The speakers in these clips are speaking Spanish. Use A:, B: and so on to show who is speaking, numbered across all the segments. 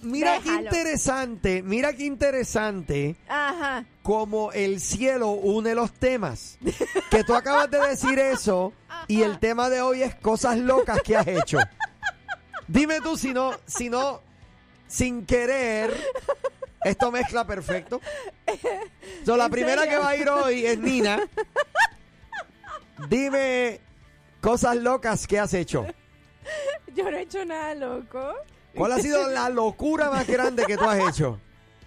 A: Mira qué
B: Déjalo.
A: interesante, mira qué interesante
B: Ajá.
A: como el cielo une los temas. Que tú acabas de decir eso y el tema de hoy es cosas locas que has hecho. Dime tú si no, si no, sin querer, esto mezcla perfecto. So, la
B: ¿En
A: primera
B: serio?
A: que va a ir hoy es Nina. Dime cosas locas que has hecho.
B: Yo no he hecho nada loco.
A: ¿Cuál ha sido la locura más grande que tú has hecho?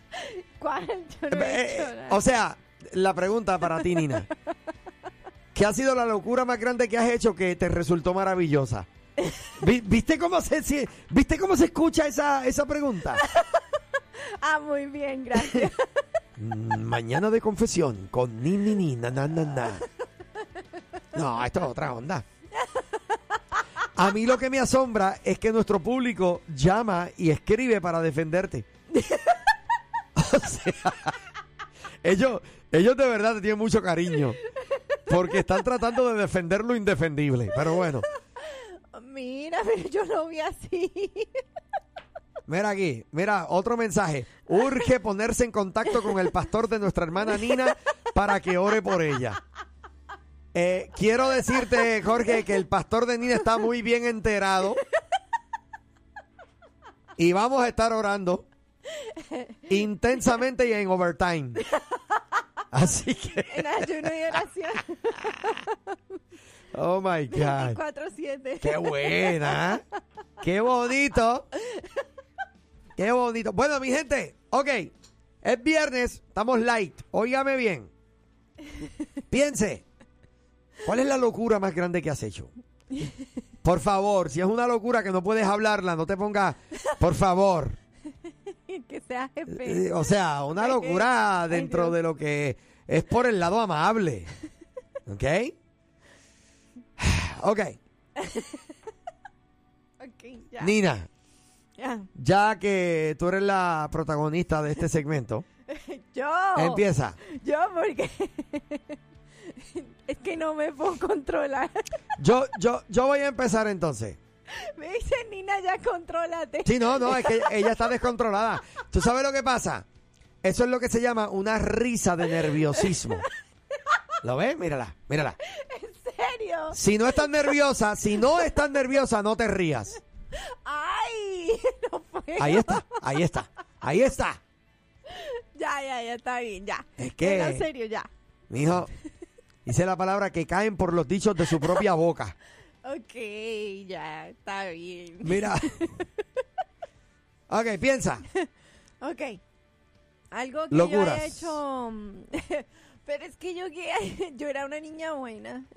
B: ¿Cuál? Yo no
A: Eh,
B: he hecho
A: eh,
B: nada.
A: o sea, la pregunta para ti, Nina. ¿Qué ha sido la locura más grande que has hecho que te resultó maravillosa? Vi- ¿Viste cómo se si- viste cómo se escucha esa, esa pregunta?
B: Ah, muy bien, gracias.
A: Mm, mañana de confesión con ni ni ni na na na na. No, esto es otra onda. A mí lo que me asombra es que nuestro público llama y escribe para defenderte. O sea, ellos, ellos de verdad te tienen mucho cariño. Porque están tratando de defender lo indefendible. Pero bueno,
B: Mira, pero yo lo vi así.
A: mira aquí, mira, otro mensaje. Urge ponerse en contacto con el pastor de nuestra hermana Nina para que ore por ella. Eh, quiero decirte, Jorge, que el pastor de Nina está muy bien enterado. Y vamos a estar orando intensamente y en overtime. Así que,
B: En ayuno y oración.
A: oh my God.
B: 24-7.
A: ¡Qué buena! ¡Qué bonito! ¡Qué bonito! Bueno, mi gente, ok. Es viernes, estamos light. Óigame bien. Piense, ¿cuál es la locura más grande que has hecho? Por favor, si es una locura que no puedes hablarla, no te pongas. Por favor.
B: Que sea jefe.
A: Eh, O sea, una
B: Ay, qué-
A: locura
B: ay,
A: dentro
B: Dios.
A: de lo que es por el lado amable. ¿Ok? Ok.
B: Ok, ya.
A: Nina,
B: ya.
A: Ya que tú eres la protagonista de este segmento,
B: Yo.
A: empieza.
B: Yo, porque. es que no me puedo controlar.
A: Yo, yo, yo voy a empezar entonces.
B: Me dicen, Nina, ya contrólate.
A: Sí, no, no, es que ella está descontrolada. ¿Tú sabes lo que pasa? Eso es lo que se llama una risa de nerviosismo. ¿Lo ves? Mírala, mírala.
B: ¿En serio?
A: Si no estás nerviosa, si no estás nerviosa, no te rías.
B: ¡Ay! No puedo.
A: Ahí está, ahí está, ahí está.
B: Ya, ya, ya, está bien, ya.
A: Es que-
B: No, En serio, ya.
A: Mijo, dice la palabra que caen por los dichos de su propia boca.
B: Ok, ya, está bien.
A: Mira. Ok, piensa.
B: Ok. Algo que yo
A: Locuras.
B: haya hecho... mm, Pero es que yo, que- yo era una niña buena.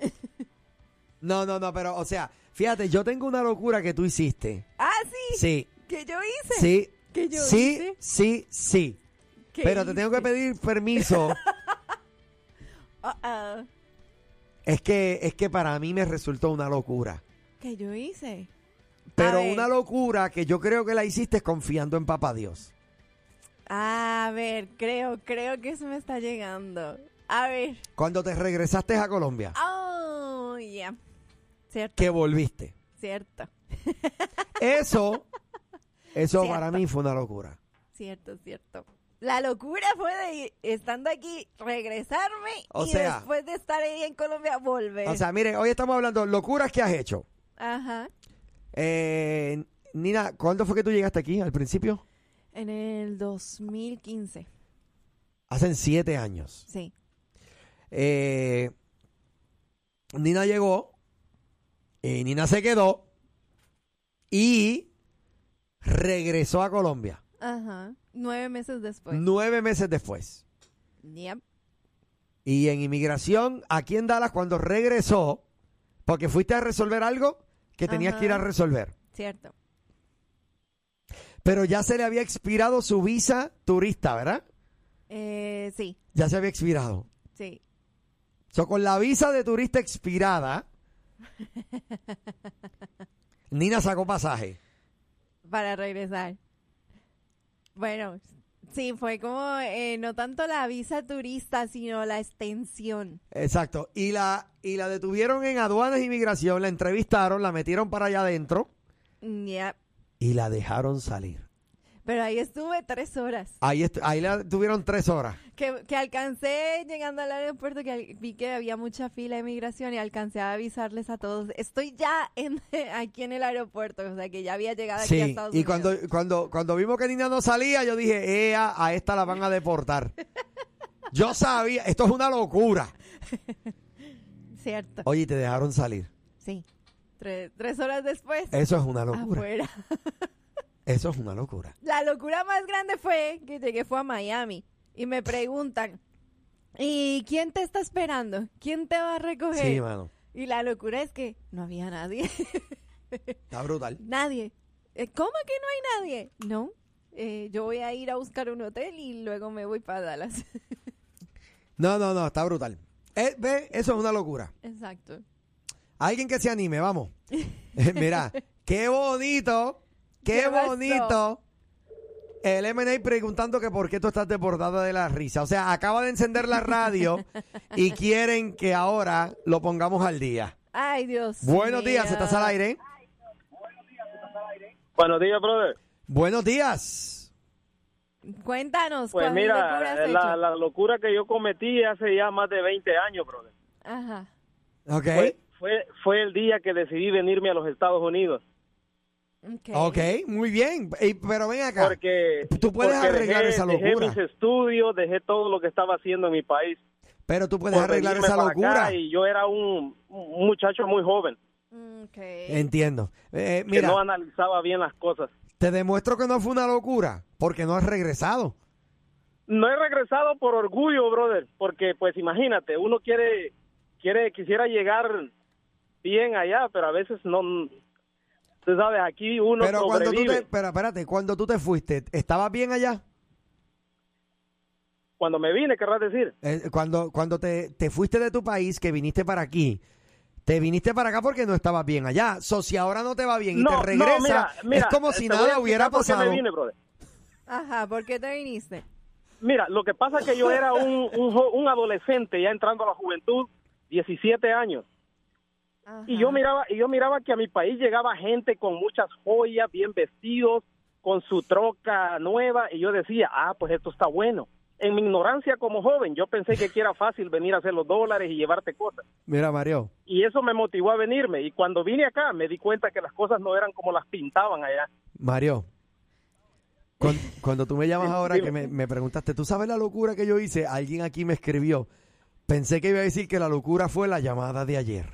A: No, no, no, pero, o sea, fíjate, yo tengo una locura que tú hiciste.
B: Ah, sí.
A: Sí,
B: Que yo hice.
A: sí,
B: ¿Que yo
A: sí,
B: hice?
A: sí, sí.
B: ¿Qué
A: Pero te
B: hice?
A: tengo que pedir permiso.
B: Ah, ah,
A: Es que, es que para mí me resultó una locura.
B: que yo hice.
A: Pero
B: ver.
A: una locura que yo creo que la hiciste confiando en Papá Dios.
B: A ver, creo, creo que eso me está llegando. A ver.
A: Cuando te regresaste a Colombia,
B: Oh, ya. Cierto,
A: que volviste.
B: cierto,
A: Eso, eso
B: Cierto.
A: para mí fue una locura.
B: cierto, cierto. La locura fue de ir- estando aquí, regresarme
A: O
B: y
A: sea-
B: después de estar ahí en Colombia, volver.
A: O sea, mire, hoy estamos hablando de locuras que has hecho.
B: Ajá.
A: Eh, Nina, ¿cuándo fue que tú llegaste aquí al principio?
B: En el 2015,
A: Hacen siete años.
B: sí.
A: Eh, Nina llegó. eh, Nina se quedó. Y regresó a Colombia.
B: Ajá. Nueve meses después.
A: Nueve meses después. Mm.
B: Yep.
A: Y en inmigración, aquí en Dallas, cuando regresó, porque fuiste a resolver algo que tenías
B: Ajá.
A: que ir a resolver.
B: Cierto.
A: Pero ya se le había expirado su visa turista, ¿verdad?
B: Eh, sí,
A: Ya se había expirado.
B: sí.
A: So, con la visa de turista expirada, Nina sacó pasaje.
B: Para regresar. Bueno, sí, fue como eh, no tanto la visa turista, sino la extensión.
A: Exacto. Y la, y la detuvieron en aduanas e inmigración, la entrevistaron, la metieron para allá adentro
B: Ya,
A: y la dejaron salir.
B: Pero ahí estuve tres horas.
A: Ahí, est- ahí la tuvieron tres horas.
B: Que, que alcancé llegando al aeropuerto, que al- vi que había mucha fila de migración y alcancé a avisarles a todos. Estoy ya en, aquí en el aeropuerto, o sea que ya había llegado aquí a
A: Sí,
B: Estados
A: y
B: Unidos.
A: cuando, cuando, cuando vimos que Nina no salía, yo dije, ea, a esta la van a deportar. Yo sabía, esto es una locura.
B: Cierto,
A: Oye, y te dejaron salir.
B: sí. Tres, tres horas después,
A: Eso es una locura.
B: afuera.
A: Eso es una locura.
B: La locura más grande fue que llegué fue a Miami y me preguntan, ¿y quién te está esperando? ¿Quién te va a recoger?
A: Sí, mano.
B: y la locura es que no había nadie.
A: Está brutal.
B: Nadie. Eh, ¿Cómo que no hay nadie? No. Eh, yo voy a ir a buscar un hotel y luego me voy para Dallas.
A: No, no, no, está brutal. Eh, ve, eso es una locura.
B: Exacto.
A: Alguien que se anime, vamos. Eh, Mira, qué bonito, qué,
B: ¿Qué pasó?
A: bonito. El MNA preguntando que por qué tú estás desbordada de la risa. O sea, acaba de encender la radio y quieren que ahora lo pongamos al día.
B: Ay, Dios.
A: Buenos días,
B: mío.
A: estás al aire.
C: Buenos días, brother.
A: Buenos días.
B: Cuéntanos.
C: Pues
B: ¿cuál locura
C: mira,
B: has
C: la,
B: hecho?
C: la locura que yo cometí hace ya más de 20 años, brother.
B: Ajá.
A: Ok.
C: Fue, fue, fue el día que decidí venirme a los Estados Unidos.
B: Ok.
A: Ok, muy bien. Eh, Pero ven acá.
C: Porque,
A: Tú puedes
C: porque
A: arreglar
C: dejé,
A: esa
C: dejé
A: locura.
C: mis estudios, dejé todo lo que estaba haciendo en mi país.
A: Pero tú puedes
C: por
A: arreglar
C: venirme
A: esa
C: para
A: locura.
C: acá y yo era un, un muchacho muy joven
B: Ok.
A: Entiendo. Eh,
C: que
A: mira,
C: no analizaba bien las cosas.
A: te demuestro que no fue una locura porque no has regresado.
C: No he regresado por orgullo, brother, porque pues imagínate, uno quiere, quiere, quisiera llegar bien allá, pero a veces no, tú sabes, aquí uno
A: pero cuando tú te,
C: sobrevive.
A: pero espérate, cuando tú te fuiste, ¿estabas bien allá?
C: Cuando me vine, querrás decir,
A: Eh, cuando cuando te, te fuiste de tu país, que viniste para aquí, te viniste para acá porque no estabas bien allá. So, si ahora no te va bien y
C: no,
A: te
C: no,
A: regresa,
C: mira, mira,
A: es como si
C: te voy
A: nada
C: a explicar
A: hubiera
C: por qué me
A: pasado.
C: vine, brother.
B: Ajá, ¿por qué te viniste?
C: Mira, lo que pasa es que yo era un, un, jo- un adolescente ya entrando a la juventud, 17 años. Y yo
B: Ajá.
C: miraba, y yo miraba que a mi país llegaba gente con muchas joyas, bien vestidos, con su troca nueva, y yo decía, ah, pues esto está bueno. En mi ignorancia como joven, yo pensé que aquí era fácil venir a hacer los dólares y llevarte cosas.
A: Mira, Mario,
C: Y eso me motivó a venirme. Y cuando vine acá, me di cuenta que las cosas no eran como las pintaban allá.
A: Mario. cuan- Cuando, tú me llamas ahora que
C: Dime.
A: me, me preguntaste, ¿tú sabes la locura que yo hice? Alguien aquí me escribió. Pensé que iba a decir que la locura fue la llamada de ayer.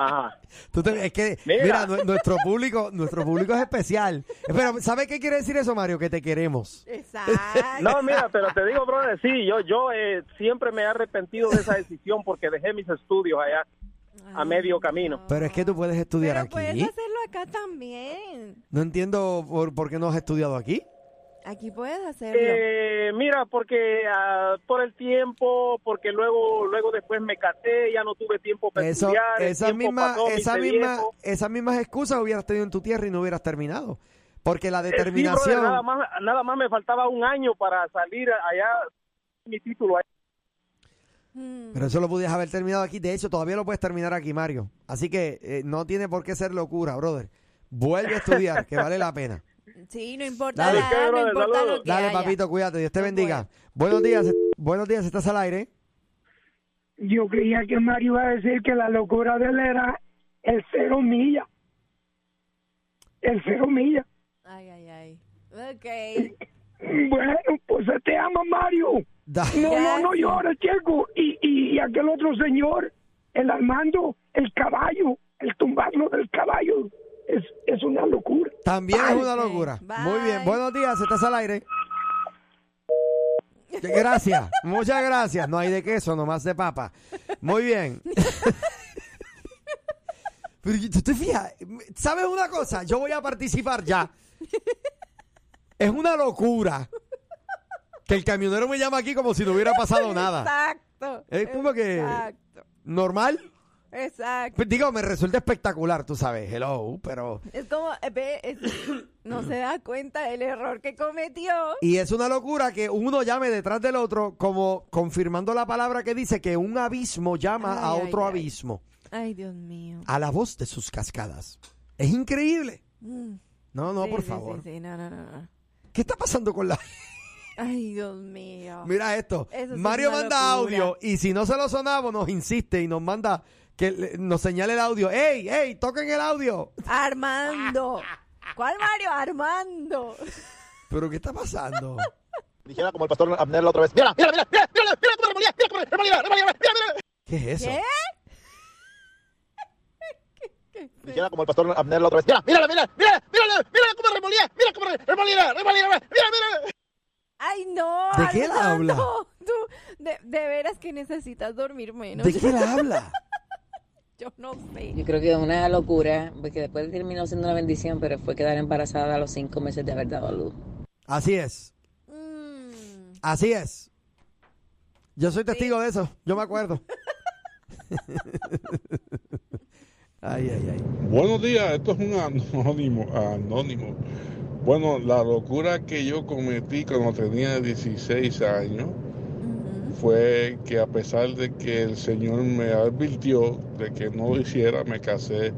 C: Ajá.
A: Tú te- es que, mira,
C: Mira.
A: nue- nuestro público, nuestro público es especial. Pero, ¿sabes qué quiere decir eso, Mario? Que te queremos.
B: Exacto.
C: No, mira, pero te digo, brother, sí, yo, yo eh, siempre me he arrepentido de esa decisión porque dejé mis estudios allá a medio camino.
A: Pero es que tú puedes estudiar
B: Pero
A: aquí.
B: puedes hacerlo acá también.
A: No entiendo por, por qué no has estudiado aquí.
B: Aquí puedes hacerlo.
C: Eh, mira, porque ah, por el tiempo, porque luego luego después me casé, ya no tuve tiempo para
A: Eso,
C: estudiar. el
A: esa
C: tiempo
A: misma,
C: pasó, me
A: esa
C: hice
A: misma,
C: viejo. Eh,
A: esas mismas excusas hubieras tenido en tu tierra y no hubieras terminado. Porque la
C: Eh, sí, brother,
A: determinación.
C: nada más nada más me faltaba un año para salir allá mi título.
B: Mm.
A: pero eso lo pudieras haber terminado aquí. De hecho, todavía lo puedes terminar aquí, Mario. Así que eh, no tiene por qué ser locura, brother. Vuelve a estudiar, que vale la pena.
B: Sí, no importa
A: Dale.
B: la
C: Ok,
B: edad, no
C: brother,
B: importa
C: saludos.
B: lo que
A: Dale,
B: haya.
A: papito, cuídate. Dios te
B: No
A: bendiga. Buenos días, buenos días, estás al aire.
D: Yo creía que Mario iba a decir que la locura de él era el cero milla. El cero milla.
B: Ay, ay, ay. Ok.
D: Bueno, pues te ama Mario.
A: Da-
D: No, no, no
B: Gracias.
D: llores, chico. Y, y, y aquel otro señor, el Armando, el caballo, el tumbarlo del caballo, es, es una locura.
A: También es
D: Bye.
A: una locura.
B: Bye.
A: Muy bien. Buenos días, estás al aire. Gracias, muchas gracias. No hay de queso, nomás de papa. Muy bien. Pero yo- tú te fijas, ¿sabes una cosa? Yo voy a participar ya. Es una locura que el camionero me llama aquí como si no hubiera pasado nada.
B: Exacto.
A: Es como que-
B: Exacto.
A: ¿Normal?
B: Exacto.
A: Pues, digo, me resulta espectacular, tú sabes, hello, pero...
B: Es como, eh, ve, es- no se da cuenta del error que cometió.
A: Y es una locura que uno llame detrás del otro como confirmando la palabra que dice que un abismo llama a
B: Ay, ay,
A: otro
B: ay.
A: abismo,
B: Ay, Dios mío.
A: a la voz de sus cascadas. Es increíble.
B: Mm.
A: No, no,
B: Sí,
A: por
B: sí,
A: favor.
B: Sí, sí, no, no, no, no.
A: ¿Qué está pasando con la...
B: Ay, Dios mío.
A: Mira esto.
B: Eso sí es
A: Mario
B: una
A: manda
B: locura.
A: audio y si no se lo sonamos nos insiste y nos manda que le- nos señale el audio. ¡Ey, ey, toquen el audio!
B: Armando. ¿Cuál Mario? Armando.
A: ¿Pero qué está pasando?
E: Dijera como el pastor Abner la otra vez. Mira, mira, mira, mira, mira, mira cómo remolía, mira cómo remolía, remolía, mira, mira.
A: ¿Qué es eso?
B: ¿Qué?
E: Dijera como el pastor Abner la otra vez. Mira, mira, mira, mira, mira, mira cómo remolía, mira cómo remolía, remolía, mira, mira.
B: Ay, no.
A: ¿De qué él
B: Armando.
A: habla?
B: Tú, de, de veras que necesitas dormir menos.
A: ¿De qué le habla?
B: Yo no sé.
F: Yo creo que es una locura, porque después terminó siendo una bendición, pero fue quedar embarazada a los cinco meses de haber dado a luz.
A: Así es,
B: Mm.
A: así es. Yo soy testigo de eso, yo me acuerdo. ay, ay, ay.
G: Buenos días, esto es un anónimo, anónimo. Bueno, la locura que yo cometí cuando tenía 16 años fue que a pesar de que el Señor me advirtió de que no lo hiciera, me casé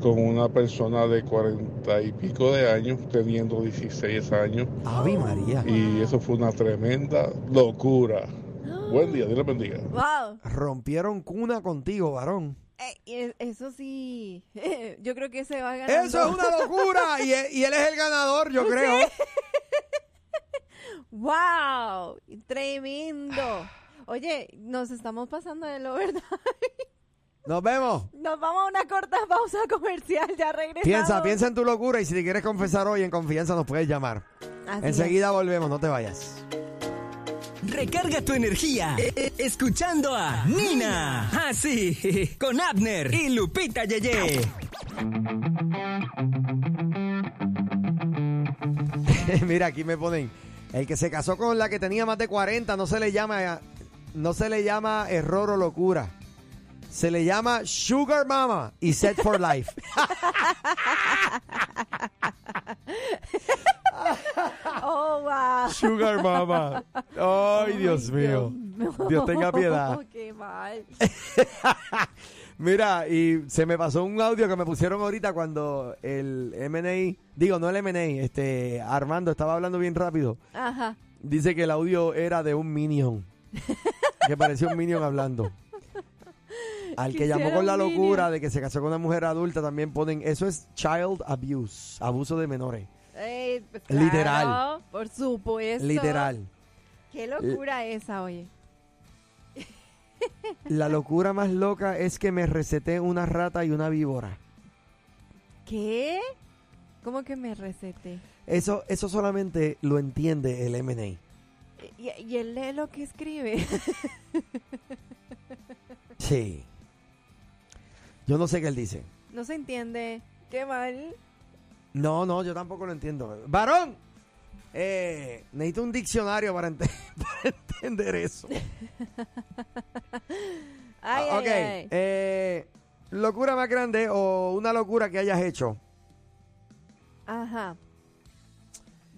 G: con una persona de 40 y pico de años, teniendo 16 años,
A: Ave María.
G: y eso fue una tremenda locura.
A: Ah.
G: Buen día, Dios les bendiga.
B: Wow.
A: Rompieron cuna contigo, varón.
B: Eh, eh, eso sí. Yo creo que se va ¿Ah, a ganar.
A: Eso es una locura y, e- y él es el ganador, yo creo.
B: ¡Wow! ¡Tremendo! Oye, nos estamos pasando de lo verdad.
A: Nos vemos.
B: Nos vamos a una corta pausa comercial, ya regresamos.
A: Piensa, piensa en tu locura y si te quieres confesar hoy en confianza nos puedes llamar.
B: Así es.
A: Enseguida volvemos, no te vayas.
H: Recarga tu energía eh, eh, escuchando a Nina. Así, con Abner y Lupita Yeye.
A: Mira, aquí me ponen el que se casó con la que tenía más de 40 no se le llama no se le llama error o locura. Se le llama Sugar Mama y Set for Life.
B: ¡Oh, wow!
A: Sugar Mama. Ay, Dios mío. Dios tenga piedad.
B: ¡Qué mal!
A: Mira, y se me pasó un audio que me pusieron ahorita cuando el MNI, digo, no el MNI, este Armando estaba hablando bien rápido.
B: Ajá.
A: Dice que el audio era de un minion. que parecía un minion hablando. Al que
B: Quisiera
A: llamó con la
B: un
A: locura
B: minion.
A: de que se casó con una mujer adulta también ponen, eso es child abuse, abuso de menores.
B: Eh, pues,
A: Literal.
B: claro, Por supuesto.
A: Literal.
B: ¡Qué locura esa, oye!
A: La locura más loca es que me receté una rata y una víbora.
B: ¿Qué? ¿Cómo que me receté?
A: Eso, eso solamente lo entiende el MNI.
B: Y, y él lee lo que escribe.
A: Sí. Yo no sé qué él dice.
B: No se entiende. ¡Qué mal!
A: No, no, yo tampoco lo entiendo. Varón, eh, necesito un diccionario para, ente- para entender eso.
B: ¡Ay,
A: Ah,
B: ay,
A: ok,
B: ay.
A: eh, locura más grande o una locura que hayas hecho.
B: Ajá.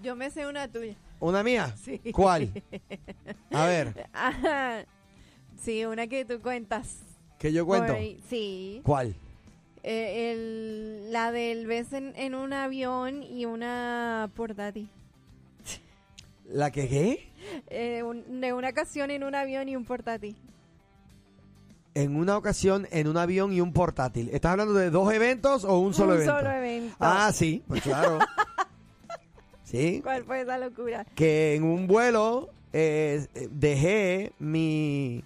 B: Yo me sé una tuya.
A: ¿Una mía?
B: Sí.
A: ¿Cuál? A ver,
B: Ajá. Sí, una que tú cuentas.
A: que yo cuento.
B: Por ahí. Sí.
A: ¿Cuál?
B: Eh, el- la del beso en, en un avión y una por daddy.
A: ¿La que qué?
B: Eh, un- de una ocasión en un avión y un portátil.
A: En una ocasión, en un avión y un portátil. ¿Estás hablando de dos eventos o un solo
B: un
A: evento?
B: solo evento.
A: Ah, sí, pues claro. sí.
B: ¿Cuál fue esa locura?
A: que en un vuelo eh, eh, dejé mi,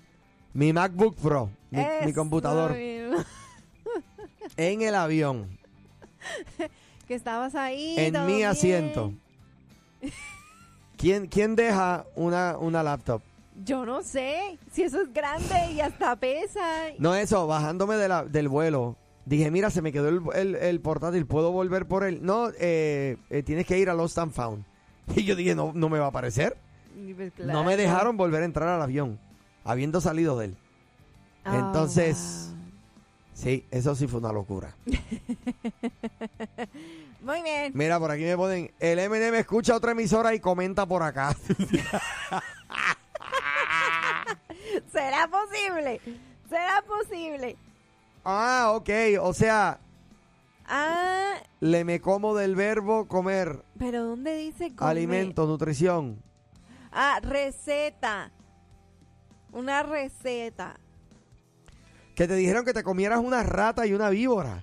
A: mi MacBook Pro, mi, mi
B: Eso
A: computador,
B: mismo.
A: en el avión,
B: Que estabas ahí.
A: en
B: todo
A: mi
B: bien.
A: asiento. ¿Quién, quién deja una, una laptop?
B: Yo no sé. Si eso es grande y hasta pesa.
A: No, eso, bajándome de la- del vuelo, Dije, mira, se me quedó el, el- el portátil, ¿puedo volver por él? No, eh, eh, tienes que ir a Lost and Found. Y yo dije, no, no me va a aparecer.
B: Y pues,
A: No me
B: claro.
A: dejaron volver a entrar al avión, habiendo salido de él.
B: Ah,
A: Entonces, sí, eso sí fue una locura.
B: Muy bien.
A: Mira, por aquí me ponen, el MNM escucha otra emisora y comenta por acá.
B: ¿Será posible? ¿Será posible?
A: ah, ok, o sea,
B: Ah,
A: le me como del verbo comer,
B: pero ¿dónde dice comer?
A: alimento, nutrición.
B: Ah, receta. Una receta.
A: Que te dijeron que te comieras una rata y una víbora.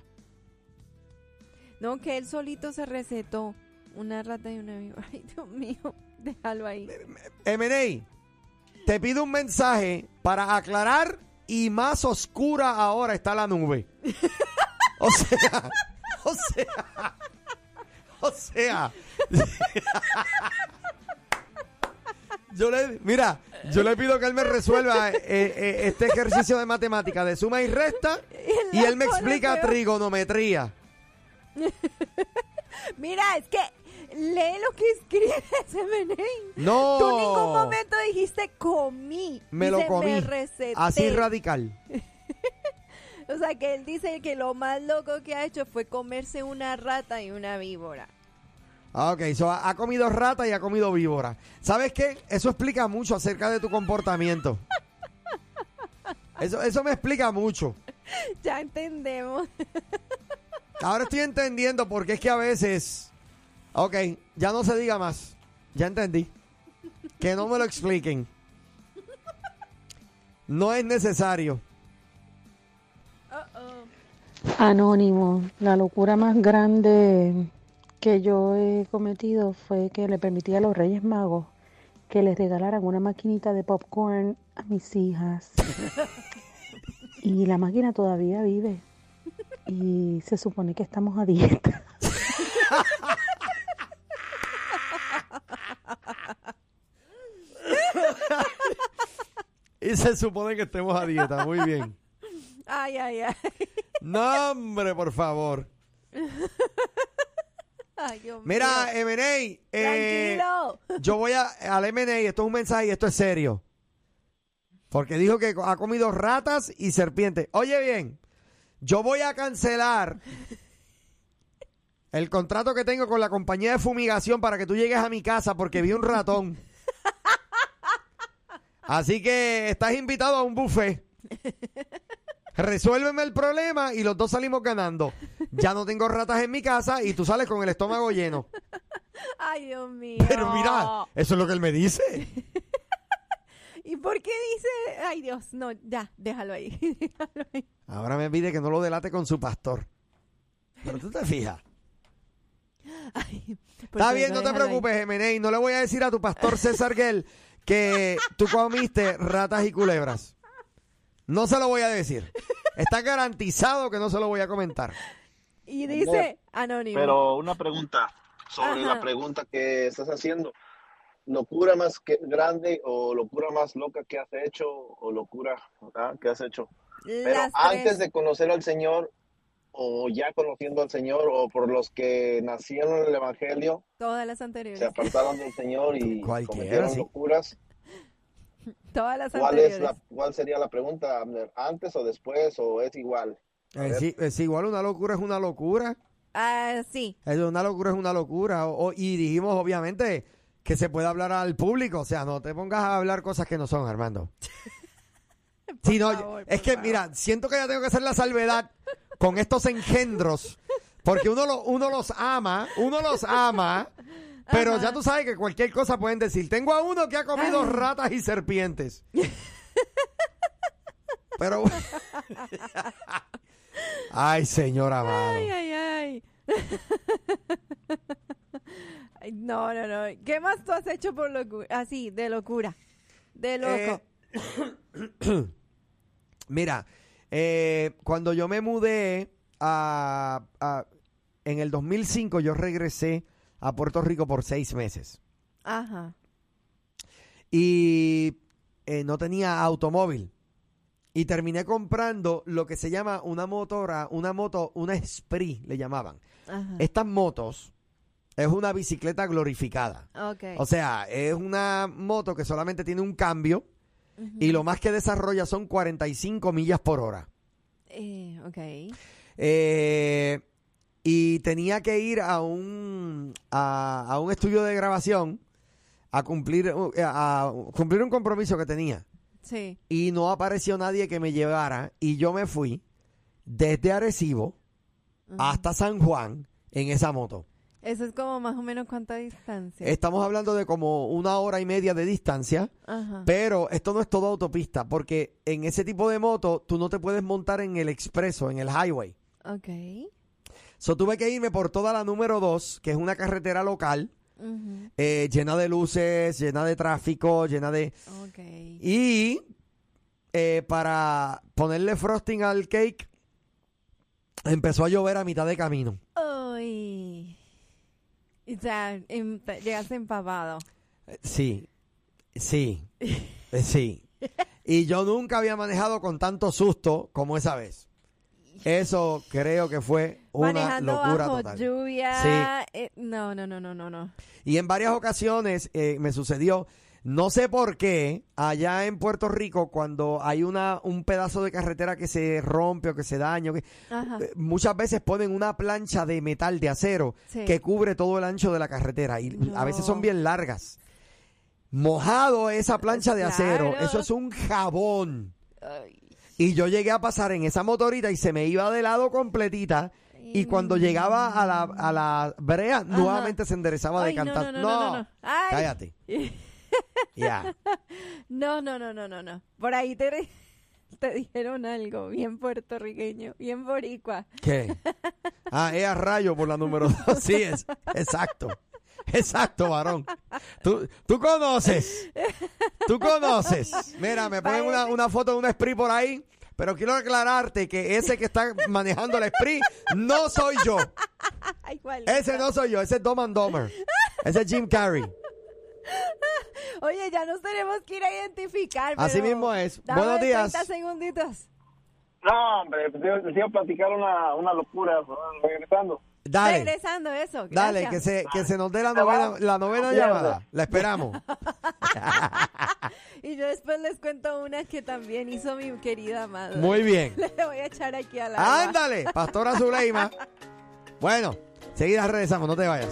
B: No, que él solito se recetó. Una rata y una víbora. Ay, Dios mío. Déjalo ahí.
A: MNA, te pido un mensaje para aclarar y más oscura ahora está la nube. O sea, o sea, o sea. Yo le, mira, yo le pido que él me resuelva eh, eh, este ejercicio de matemática de suma y resta y él me explica trigonometría.
B: Mira, es que lee lo que escribe ese menén.
A: No.
B: Tú en ningún momento dijiste comí.
A: Me lo
B: Dice, Me
A: comí.
B: receté.
A: Así radical.
B: O sea, que él dice que lo más loco que ha hecho fue comerse una rata y una víbora.
A: Ah, ok, so, ha ha comido rata y ha comido víbora. ¿Sabes qué? Eso explica mucho acerca de tu comportamiento. Eso, eso me explica mucho.
B: Ya entendemos.
A: Ahora estoy entendiendo porque es que a veces... Ok, ya no se diga más. Ya entendí. Que no me lo expliquen. No es necesario.
I: Anónimo, la locura más grande que yo he cometido fue que le permití a los Reyes Magos que les regalaran una maquinita de popcorn a mis hijas. Y la máquina todavía vive. Y se supone que estamos a dieta.
A: Y se supone que estemos a dieta. Muy bien.
B: Ay, ay, ay.
A: No, hombre, por favor.
B: Ay, Dios
A: Mira,
B: mío.
A: MNA. eh,
B: Tranquilo.
A: Yo voy a, al MNA, esto es un mensaje y esto es serio. Porque dijo que ha comido ratas y serpientes. Oye bien, yo voy a cancelar el contrato que tengo con la compañía de fumigación para que tú llegues a mi casa porque vi un ratón. Así que estás invitado a un buffet. Resuélveme el problema y los dos salimos ganando. Ya no tengo ratas en mi casa y tú sales con el estómago lleno.
B: Ay, Dios mío.
A: Pero mira, eso es lo que él me dice.
B: ¿Y por qué dice? Ay, Dios, no, ya, déjalo ahí. déjalo ahí.
A: Ahora me pide que no lo delate con su pastor. Pero tú te fijas.
J: Pues
A: Está bien, no te preocupes, Gemeney. No le voy a decir a tu pastor César Guel que tú comiste ratas y culebras. No se lo voy a decir. Está garantizado que no se lo voy a comentar.
B: Y dice, anónimo.
E: Pero una pregunta sobre
B: Ajá.
E: la pregunta que estás haciendo. ¿Locura más que grande o locura más loca que has hecho o locura ¿verdad? que has hecho? Pero
B: Las
E: antes
B: tres.
E: de conocer al Señor o ya conociendo al Señor o por los que nacieron en el Evangelio,
B: Todas las
E: se
B: anteriores.
E: apartaron del Señor y cometieron
A: sí.
E: locuras.
B: Todas las
E: ¿Cuál, es
B: anteriores.
E: la, ¿Cuál sería la pregunta, Abner? ¿Antes o después o es igual?
A: Eh, sí, es igual, una locura es una locura.
B: Ah, sí.
A: Es una locura es una locura. O- o- y dijimos, obviamente, que se puede hablar al público. O sea, no te pongas a hablar cosas que no son, Armando. Sí, no, es que, mira, siento que ya tengo que hacer la salvedad con estos engendros. Porque uno, lo- uno los ama, uno los ama. Pero ya tú sabes que cualquier cosa pueden decir. Tengo a uno que ha comido ratas y serpientes. Pero. Ay, señora amado.
B: Ay, ay, ay. Ay, No, no, no. ¿Qué más tú has hecho por locura? Así, de locura. De
A: Eh,
B: loco.
A: Mira, eh, cuando yo me mudé a, a- en el 2005, yo regresé a Puerto Rico por seis meses
B: Ajá.
A: y eh, no tenía automóvil. Y terminé comprando lo que se llama una motora, una moto, una Spree, le llamaban.
B: Ajá.
A: Estas motos es una bicicleta glorificada.
B: Ok.
A: O sea, es una moto que solamente tiene un cambio y lo más que desarrolla son 45 millas por hora.
B: Eh, ok.
A: Eh, y tenía que ir a un, a, a un estudio de grabación a cumplir, uh, a cumplir un compromiso que tenía.
B: Sí.
A: Y no apareció nadie que me llevara. Y yo me fui desde Arecibo hasta San Juan en esa moto.
B: Eso es como más o menos cuánta distancia.
A: Estamos hablando de como una hora y media de distancia.
B: Ajá.
A: Pero esto no es todo autopista, porque en ese tipo de moto tú no te puedes montar en el expreso, en el highway.
B: Ok.
A: So tuve que irme por toda la número 2, que es una carretera local,
B: Ujú.
A: eh, llena de luces, llena de tráfico, llena de...
B: Ok.
A: Y eh, para ponerle frosting al cake, empezó a llover a mitad de camino.
B: Uy. O sea, em- te- llegaste empapado.
A: Sí, sí, eh, sí. Y yo nunca había manejado con tanto susto como esa vez. Eso creo que fue una
B: Manejando
A: locura
B: bajo
A: total.
B: lluvia. eh, no, no, no, no, no, no.
A: Y en varias ocasiones eh, me sucedió, no sé por qué, allá en Puerto Rico, cuando hay una, un pedazo de carretera que se rompe o que se daña, o que-
B: Ajá.
A: eh, muchas veces ponen una plancha de metal, de acero,
B: Sí.
A: que cubre todo el ancho de la carretera. Y a veces
B: No.
A: son bien largas. Mojado esa plancha de acero,
B: Claro.
A: eso es un jabón.
B: Ay.
A: Y yo llegué a pasar en esa motorita y se me iba de lado completita. Y cuando llegaba a la, a la brea, nuevamente se enderezaba de
B: Ay, no, no,
A: cantar.
B: no, no, no, no. Ay.
A: cállate. Ya.
B: No, no, no, no, no, no. Por ahí te, te dijeron algo bien puertorriqueño, bien boricua.
A: ¿Qué? Ah, es a rayo por la número dos. Sí, es. Exacto. Exacto, varón. Tú, tú conoces. Tú conoces. Mira, me ponen una, una foto de un Spree por ahí. Pero quiero aclararte que ese que está manejando el Spree no soy yo.
B: Ay, cuál.
A: Ese no soy yo, ese es Dom and Dumber. Ese es Jim Carrey.
B: Oye, ya nos tenemos que ir a identificar.
A: Así
B: pero
A: mismo es.
B: dame
A: Buenos días.
B: 30 segunditos.
E: No, hombre, te iba- te iba a platicar una, una locura ¿no? regresando.
A: Dale.
B: Regresando eso.
A: Dale,
B: gracias.
A: que se, que se nos dé la novena, la novena
E: Mierda.
A: llamada. La esperamos.
B: Y yo después les cuento una que también hizo mi querida madre.
A: Muy bien.
B: Le voy a echar aquí a la.
A: Ándale, Pastora Zuleima. Bueno, seguida regresamos, no te vayas.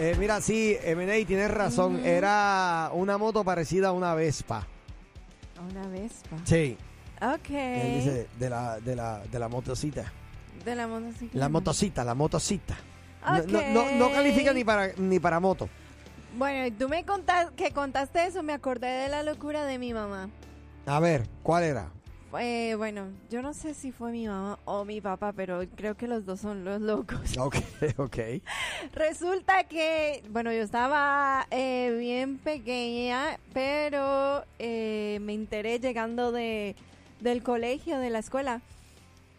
A: Eh, mira, sí, MNA, tienes razón. Era una moto parecida a una Vespa.
B: Una Vespa.
A: Sí.
B: Ok.
A: Eh, Él dice, de la, de la, de la motocita.
B: De la motocicleta.
A: La motocita, la motocita. No- No,
B: Ok.
A: no- no califica ni para, ni para moto.
B: Bueno, y tú me contaste, que contaste eso, me acordé de la locura de mi mamá.
A: A ver, ¿cuál era?
B: Eh, bueno, yo no sé si fue mi mamá o mi papá, pero creo que los dos son los locos.
A: Ok, ok.
B: Resulta que, bueno, yo estaba eh, bien pequeña, pero eh, me enteré llegando de, del colegio, de la escuela.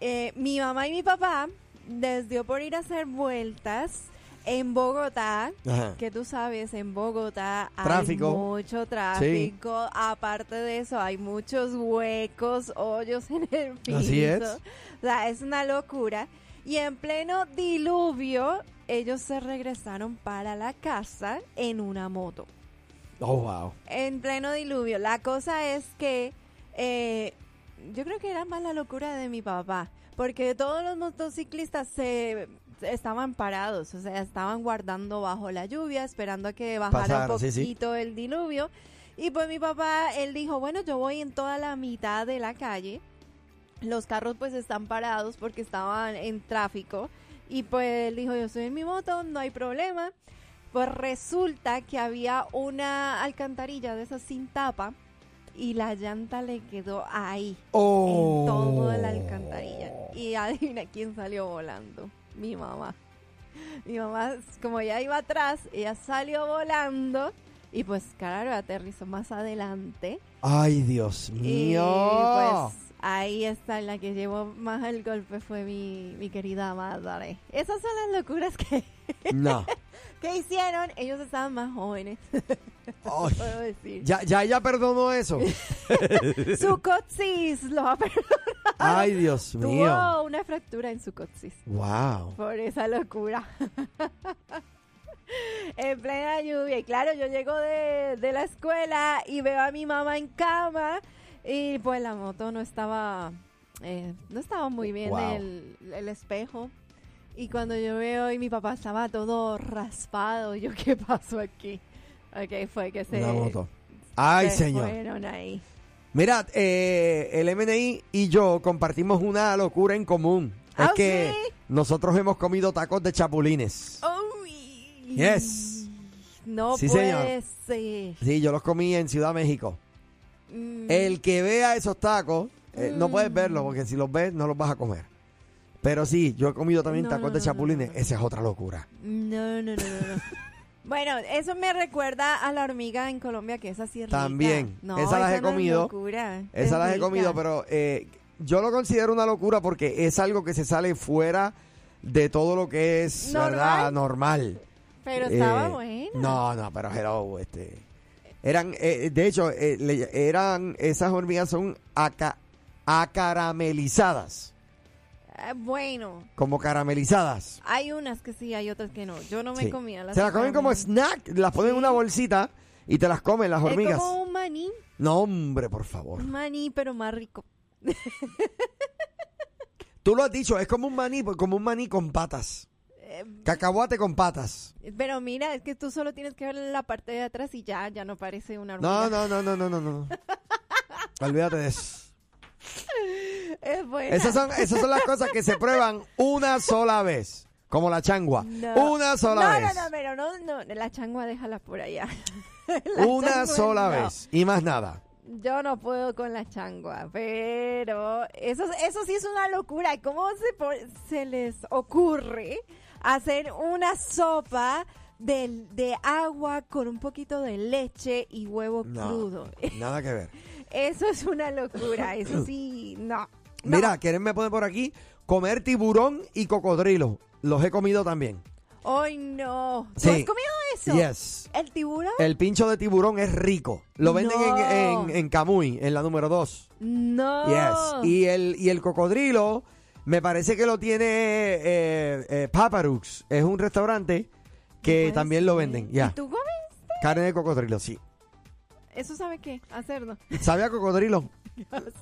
B: Eh, mi mamá y mi papá les dio por ir a hacer vueltas en Bogotá,
A: Ajá.
B: que tú sabes, en Bogotá
A: Tráfico.
B: hay mucho tráfico. Aparte de eso, hay muchos huecos, hoyos en el piso.
A: Así es.
B: O sea, es una locura. Y en pleno diluvio, ellos se regresaron para la casa en una moto.
A: Oh, wow.
B: En pleno diluvio. La cosa es que eh, yo creo que era más la locura de mi papá. Porque todos los motociclistas se estaban parados, o sea, estaban guardando bajo la lluvia, esperando a que bajara
A: Pasara,
B: un
A: sí,
B: poquito
A: sí.
B: el diluvio. Y pues mi papá, él dijo, bueno, yo voy en toda la mitad de la calle los carros pues están parados porque estaban en tráfico y pues él dijo yo estoy en mi moto, no hay problema. Pues resulta que había una alcantarilla de esas sin tapa y la llanta le quedó ahí en toda la alcantarilla. Y adivina quién salió volando, mi mamá. Mi mamá, como ella iba atrás, ella salió volando y pues claro, aterrizó más adelante.
A: Ay, Dios
B: Y
A: mío. Oh.
B: pues ahí está, la que llevó más el pues, golpe fue mi, mi querida madre. Esas son las locuras que,
A: No.
B: ¿Qué hicieron? Ellos estaban más jóvenes.
A: Ay,
B: Puedo decir.
A: Ya, ya ella perdonó eso.
B: Su coxis lo ha perdonado.
A: Ay, Dios mío.
B: Tuvo una fractura en su coxis.
A: Wow.
B: Por esa locura. en plena lluvia. Y claro, yo llego de, de la escuela y veo a mi mamá en cama. Y pues la moto no estaba, eh, no estaba muy bien
K: Wow.
B: el, el espejo. Y cuando yo veo y mi papá estaba todo raspado, yo qué pasó aquí. Ok, fue que se...
A: La moto. Ay,
B: se
A: señor.
B: fueron ahí.
A: Mira, eh, el MNI y yo compartimos una locura en común. es
B: ¿Ah,
A: que nosotros hemos comido tacos de chapulines.
B: Uy.
A: Yes.
B: No
A: Sí,
B: puede
A: señor.
B: ser.
A: Sí, yo los comí en Ciudad México.
B: Mm.
A: El que vea esos tacos, eh, no
B: Mm.
A: puedes verlos, porque si los ves, no los vas a comer. Pero sí, yo he comido también
B: No,
A: tacos
B: no,
A: de
B: no,
A: chapulines. Esa es otra locura.
B: No, no, no, no. no. bueno, eso me recuerda a la hormiga en Colombia, que esa sí es rica.
A: También.
B: No,
A: esas las he
B: no es
A: comido.
B: locura, es
A: esas las he
B: rica.
A: comido, pero eh, yo lo considero una locura porque es algo que se sale fuera de todo lo que es, ¿verdad? Normal.
B: Pero estaba
A: bueno.
B: buena.
A: No, no, pero hello, este. Eran, eh, de hecho, eh, le- eran, esas hormigas son aca- acaramelizadas.
B: Ah, bueno,
A: Como caramelizadas.
B: hay unas que sí, hay otras que no. Yo no me
A: Sí.
B: comía las
A: Se las comen como
B: hormigas.
A: snack, las ponen en una bolsita y te las comen las
B: Es
A: hormigas.
B: como un maní,
A: No, hombre, por favor.
B: un maní, pero más rico.
A: Tú lo has dicho, es como un maní, como un maní con patas.
B: Eh,
A: Cacahuate con patas.
B: pero mira, es que tú solo tienes que ver la parte de atrás y ya, ya no parece una hormiga.
A: No, no, no, no, no, no, no. Olvídate de eso.
B: Es buena.
A: Esas son, esas son las cosas que se prueban una sola vez. Como la changua.
B: No.
A: Una sola
B: No,
A: vez.
B: No, no, pero no, no, la changua déjala por allá. La
A: Una
B: changua,
A: sola
B: no.
A: vez. Y más nada.
B: Yo no puedo con la changua, pero eso, eso sí es una locura. ¿Cómo se, po- se les ocurre hacer una sopa de, de agua con un poquito de leche y huevo
A: No.
B: crudo?
A: Nada que ver.
B: Eso es una locura, eso sí, no.
A: Mira, quieren me poner por aquí. Comer tiburón y cocodrilo. Los he comido también.
B: ¡Ay, no! ¿Tú
A: Sí.
B: has comido eso?
A: Yes.
B: ¿El tiburón?
A: El pincho de tiburón es rico. Lo venden en-
B: No.
A: en, en Camuy, en la número 2.
B: No. Oh.
A: Yes. Y el, y el cocodrilo, me parece que lo tiene eh, eh, Paparux. Es un restaurante que también lo venden. Ya.
B: ¿Y tú comes?
A: Carne de cocodrilo, sí.
B: ¿Eso sabe qué? Hacerlo.
A: ¿Sabe a cocodrilo?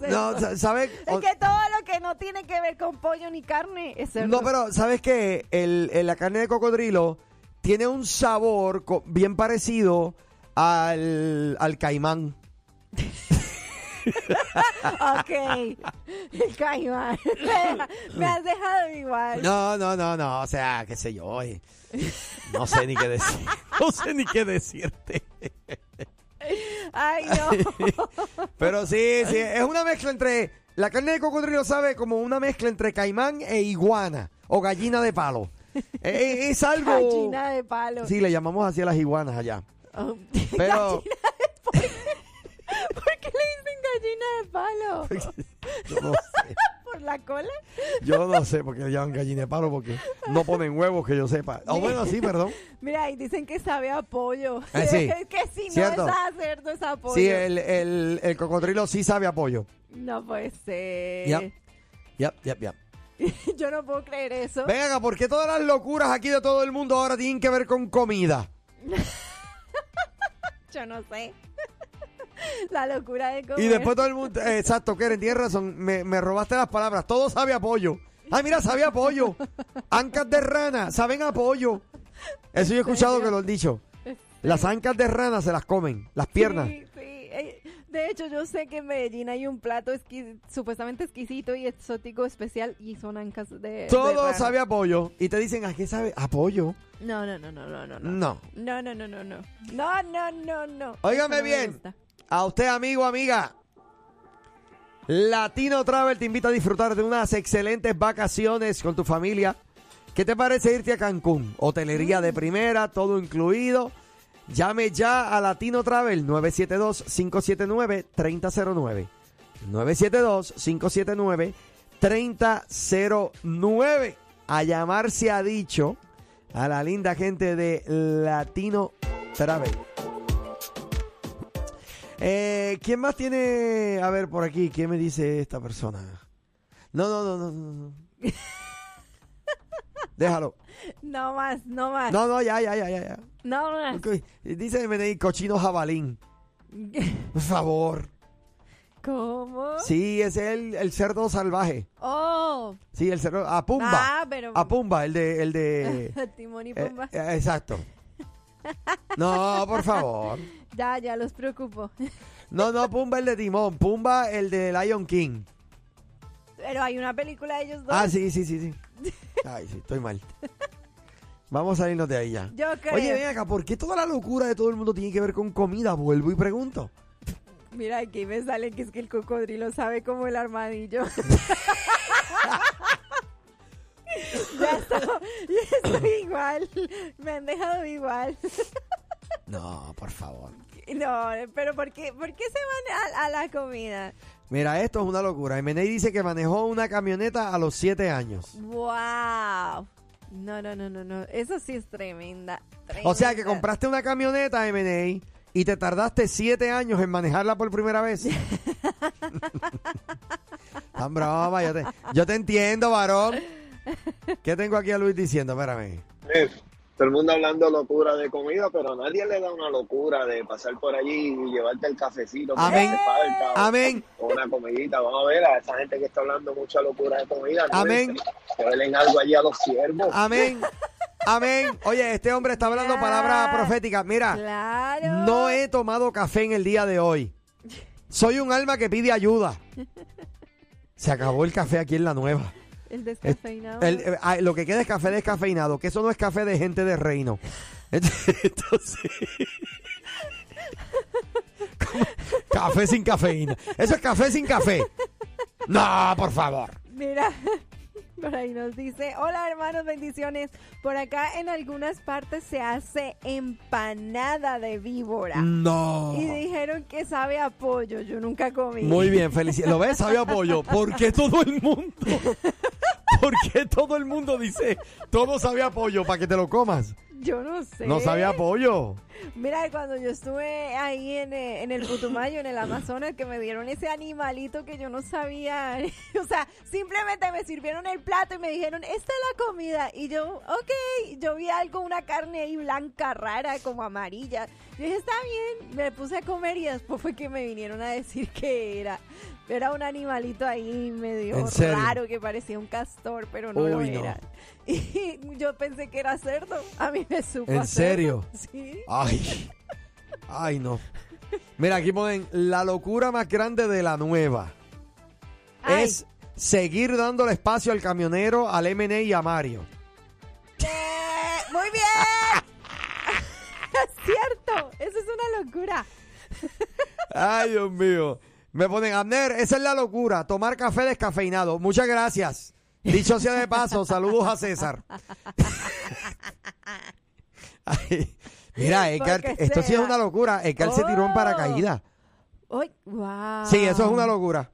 A: No, sa- ¿sabe?
B: Es que todo lo que no tiene que ver con pollo ni carne es cerdo.
A: No, pero ¿sabes qué? El, el- la carne de cocodrilo tiene un sabor co- bien parecido al, al caimán.
B: ok. El caimán. Me has dejado igual.
A: No, no, no, no. O sea, qué sé yo. eh. No sé ni qué decir. No sé ni qué decirte.
B: Ay, no.
A: Pero sí, sí, es una mezcla entre. La carne de cocodrilo sabe como una mezcla entre caimán e iguana o gallina de palo. Eh, eh, es algo.
B: Gallina de palo.
A: Sí, le llamamos así a las iguanas allá.
B: Oh,
A: Pero
B: ¿Por qué le dicen gallina de
A: yo no,
B: palo? ¿Por la cola?
A: yo no sé por qué le llaman gallina de palo porque no ponen huevos que yo sepa. O bueno, sí, perdón.
B: Mira, y dicen que sabe a pollo.
A: Ah, sí.
B: es que si
A: Cierto.
B: no es a cerdo, es a pollo.
A: Sí, el, el, el cocodrilo sí sabe apoyo.
B: No puede ser.
A: Yep, yep, yep, yep.
B: Yo no puedo creer eso.
A: Venga, acá, ¿por qué todas las locuras aquí de todo el mundo ahora tienen que ver con comida?
B: Yo no sé. La locura de comer.
A: Y después todo el mundo, eh, exacto, Keren, tienes razón, me, me robaste las palabras, todo sabe a pollo. Ay, mira, sabe a pollo. Ancas de rana, saben a pollo. Eso yo he escuchado que lo han dicho. Las ancas de rana se las comen, las piernas.
B: Sí, sí. Eh, De hecho, yo sé que en Medellín hay un plato exqui- supuestamente exquisito y exótico especial y son ancas de- de.
A: todo
B: rana.
A: sabe a pollo. Y te dicen, ¿a qué sabe? A pollo.
B: No, no, no, no, no, no. No,
A: No.
B: no, no, no, no. No, no, no, no. no.
A: Óigame
B: Eso no me
A: bien,
B: gusta.
A: a usted amigo, amiga. Latino Travel te invita a disfrutar de unas excelentes vacaciones con tu familia. ¿Qué te parece irte a Cancún? Hotelería
B: Mm.
A: de primera, todo incluido. Llame ya a Latino Travel 972-579-3009. 972-579-3009. A llamarse ha dicho. a la linda gente de Latino Travel. Eh, ¿Quién más tiene? A ver, por aquí, ¿qué me dice esta persona? No, no, no, no, no. no. Déjalo.
B: No más, no más.
A: No, no, ya, ya, ya, ya. ya.
B: No más.
A: Ok, Dice Menei, cochino jabalín. Por favor.
B: ¿Cómo?
A: Sí, ese es el, el cerdo salvaje.
B: Oh.
A: Sí, el cerdo. A Pumba.
B: Ah, pero-
A: A Pumba, el de. El de
B: Timón y
A: eh,
B: Pumba.
A: eh, exacto. No, por favor.
B: Ya, ya los preocupo.
A: No, no, Pumba el de Timón. Pumba el de Lion King.
B: Pero hay una película de ellos dos.
A: Ah, sí, sí, sí, sí. Ay, sí, estoy mal. Vamos a salirnos de ahí ya.
B: Yo creo.
A: Oye, ven acá, ¿por qué toda la locura de todo el mundo tiene que ver con comida? Vuelvo y pregunto.
B: Mira, aquí me sale que es que el cocodrilo sabe como el armadillo. ya estaba- ya estoy igual. Me han dejado igual.
A: No, por favor.
B: No, pero ¿por qué, por qué se van a, a la comida?
A: Mira, esto es una locura. Meney dice que manejó una camioneta a los 7 años.
B: ¡Wow! No, no, no, no, no. Eso sí es tremenda.
A: O sea que
B: tremenda.
A: compraste una camioneta, Meney, y te tardaste 7 años en manejarla por primera vez. Tan broma, yo te, yo te entiendo, varón. ¿Qué tengo aquí a Luis diciendo? Espérame.
E: Es, todo el mundo hablando locura de comida, pero nadie le da una locura de pasar por allí y llevarte el cafecito. que
A: Amén.
E: hace falta, o-
A: Amén.
E: O una comidita. Vamos a ver a esa gente que está hablando mucha locura de comida. ¿no?
A: Amén.
E: Que velen algo allí a los siervos.
A: Amén. Amén. Oye, este hombre está hablando palabras proféticas. Mira,
B: Claro.
A: no he tomado café en el día de hoy. Soy un alma que pide ayuda. Se acabó el café aquí en la nueva.
B: El descafeinado.
A: El- eh, ah, lo que queda es café descafeinado, que eso no es café de gente de reino. Entonces, ¿cómo? café sin cafeína. Eso es café sin café. No, por favor.
B: Mira, por ahí nos dice, hola hermanos, bendiciones. Por acá en algunas partes se hace empanada de víbora.
A: No.
B: Y dijeron que sabe a pollo, yo nunca comí.
A: Muy bien, felicidades. ¿Lo ves? Sabía pollo. ¿Por qué todo el mundo? ¿Por qué todo el mundo dice todo sabía pollo para que te lo comas?
B: Yo no sé.
A: No sabía pollo.
B: Mira, cuando yo estuve ahí en, eh, en el Putumayo, en el Amazonas, que me dieron ese animalito que yo no sabía. o sea, simplemente me sirvieron el plato y me dijeron, esta es la comida. Y yo, ok, yo vi algo, una carne ahí blanca, rara, como amarilla. Yo dije, está bien, me puse a comer y después fue que me vinieron a decir que era. Era un animalito ahí medio
A: ¿En serio?
B: raro que parecía un castor, pero no lo
A: Uy, no.
B: era. Y yo pensé que era cerdo. A mí me supo.
A: ¿En
B: a
A: serio?
B: cerdo. Sí.
A: Ay. Ay, no. Mira, aquí ponen la locura más grande de la nueva. Es seguir dándole espacio al camionero, al MN y a Mario.
B: Muy bien. es cierto. Eso es una locura.
A: Ay, Dios mío. Me ponen, Abner, esa es la locura, tomar café descafeinado. Muchas gracias. Dicho sea de paso, saludos a César. Ay, mira, Edgar,
B: Porque
A: esto sí es
B: sea.
A: una locura. Edgar se tiró en
B: Oh.
A: paracaídas.
B: Uy, wow.
A: Sí, eso es una locura.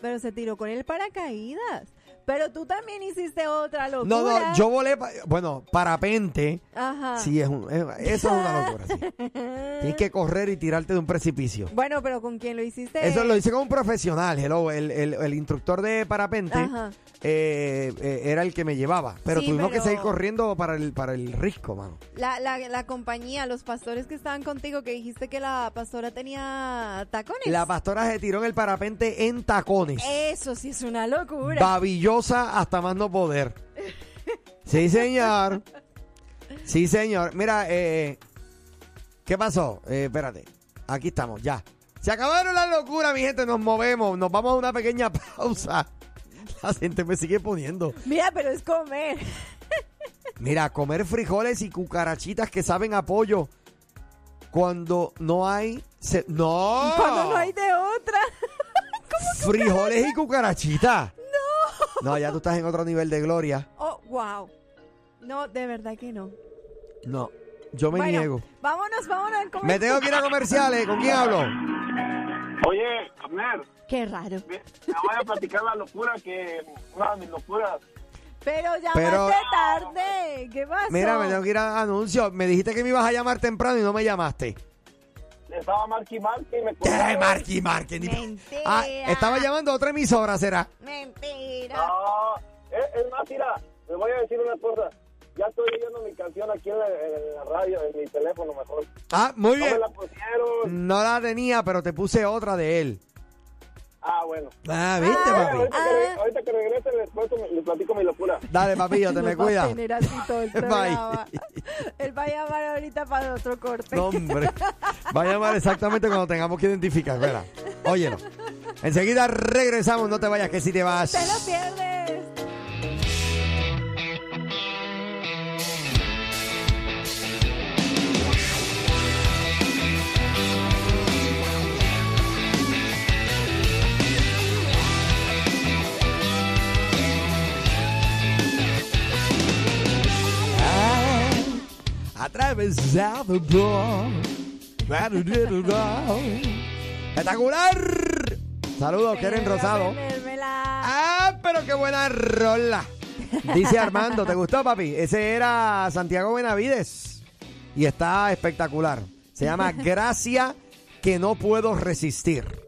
B: Pero se tiró con el paracaídas. Pero tú también hiciste otra locura. Ah.
A: No, no, yo volé, pa- bueno, parapente.
B: Ajá.
A: Sí, es un- es- eso es una locura. sí. Tienes que correr y tirarte de un precipicio.
B: Bueno, pero ¿con quién lo hiciste?
A: Eso lo hice con un profesional, hello, el, el- el instructor de parapente
B: Ajá.
A: eh, eh, era el que me llevaba, pero
B: Sí,
A: tuvimos
B: pero-
A: que seguir corriendo para el, para el risco, mano.
B: La, la, la compañía, los pastores que estaban contigo, que dijiste que la pastora tenía tacones.
A: La pastora se tiró en el parapente en tacones,
B: Eso sí es una locura.
A: babillosa hasta más no poder. Sí, señor. Sí, señor. Mira, eh, ¿qué pasó? Eh, espérate, aquí estamos, ya. Se acabaron las locuras, mi gente, nos movemos, nos vamos a una pequeña pausa. La gente me sigue poniendo.
B: Mira, pero es comer.
A: Mira, comer frijoles y cucarachitas que saben a pollo cuando no hay... se- ¡No!
B: Cuando no hay de otra.
A: Frijoles y cucarachitas. No. No, ya tú estás en otro nivel de gloria.
B: Oh, wow. No, de verdad que no.
A: No, yo me
B: Bueno,
A: niego.
B: Vámonos, vámonos. al
A: Me
B: comercial.
A: tengo que ir a comerciales. ¿Con quién hablo?
E: Oye, Abner.
B: Qué raro.
E: Te voy a platicar la locura que. Una de mis locuras.
B: Pero
A: Pero-
B: llamaste tarde. ¿Qué pasó?
A: Mira, me tengo que ir a anuncios. Me dijiste que me ibas a llamar temprano y no me llamaste.
E: Estaba Marky Marky y me
A: ¡Qué Marky Marky! Ni-
B: Mentira.
A: Ah, estaba llamando a otra emisora, será.
B: Mentira.
E: eh, es, es más, mira, les voy a decir una cosa. Ya estoy oyendo mi canción aquí en la, en la radio, en mi teléfono mejor.
A: Ah, muy
E: No me
A: bien.
E: la pusieron.
A: No la tenía, pero te puse otra de él.
E: Ah, bueno.
A: Ah, viste,
E: Bueno,
A: papi.
E: Ahorita, que,
B: Ah.
E: reg- ahorita que regrese les, cuento mi- les platico mi locura.
A: Dale, papillo, te
B: Nos
A: me
B: va a
A: cuida.
B: tener así todo el
A: Bye.
B: programa. Él va a llamar ahorita para otro corte.
A: No, hombre. Va a llamar exactamente cuando tengamos que identificar, ¿verdad? Óyelo. Enseguida regresamos, no te vayas, que si te vas.
B: ¡Te lo pierdes!
A: Atravesado por. ¡Espectacular! Saludos, Keren Rosado. ¡Ah, pero qué buena rola! Dice Armando, ¿te gustó, papi? Ese era Santiago Benavides. Y está espectacular. Se llama Gracia que no puedo resistir.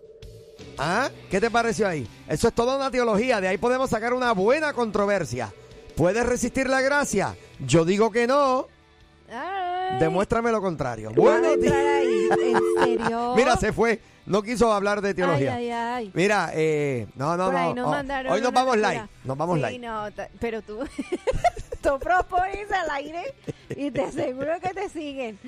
A: ¿Ah? ¿Qué te pareció ahí? Eso es toda una teología. De ahí podemos sacar una buena controversia. ¿Puedes resistir la gracia? Yo digo que no. Demuéstrame lo contrario. Buenos días.
B: ¿En serio?
A: Mira, se fue. No quiso hablar de teología.
B: Ay, ay, ay.
A: Mira, eh, no, no,
B: Por ahí
A: no.
B: nos
A: Oh,
B: mandaron
A: hoy nos
B: una
A: vamos
B: locura.
A: live. Nos vamos
B: sí,
A: live.
B: no, ta- pero tú, tú propones al aire y te aseguro que te siguen.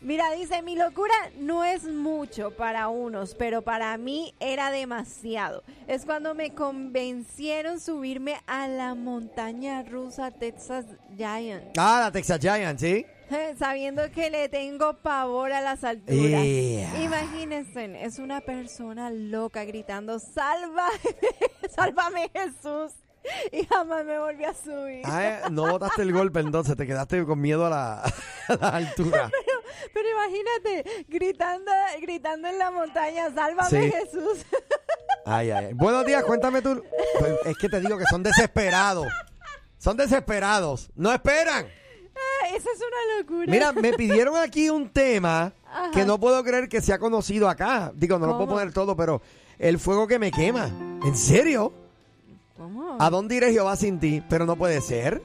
B: Mira, dice, mi locura no es mucho para unos, pero para mí era demasiado. Es cuando me convencieron subirme a la montaña rusa Texas Giant,
A: Ah, la Texas Giants, ¿sí?
B: eh, sabiendo que le tengo pavor a las alturas.
A: Yeah.
B: Imagínense, es una persona loca gritando, sálvame, sálvame Jesús. Y jamás me volví a subir.
A: Ah, eh, no botaste el golpe entonces, te quedaste con miedo a la, a la altura.
B: Pero imagínate, gritando, gritando en la montaña, sálvame
A: Sí.
B: Jesús.
A: Ay, ay, ay. Buenos días, cuéntame tú. Pues, Es que te digo que son desesperados. Son desesperados. No esperan.
B: Ah, Esa es una locura.
A: Mira, me pidieron aquí un tema
B: Ajá.
A: que no puedo creer que se ha conocido acá. Digo, no lo puedo
B: ¿Cómo?
A: poner todo, pero el fuego que me quema. ¿En serio?
B: ¿Cómo?
A: ¿A dónde iré Jehová sin ti? Pero no puede ser.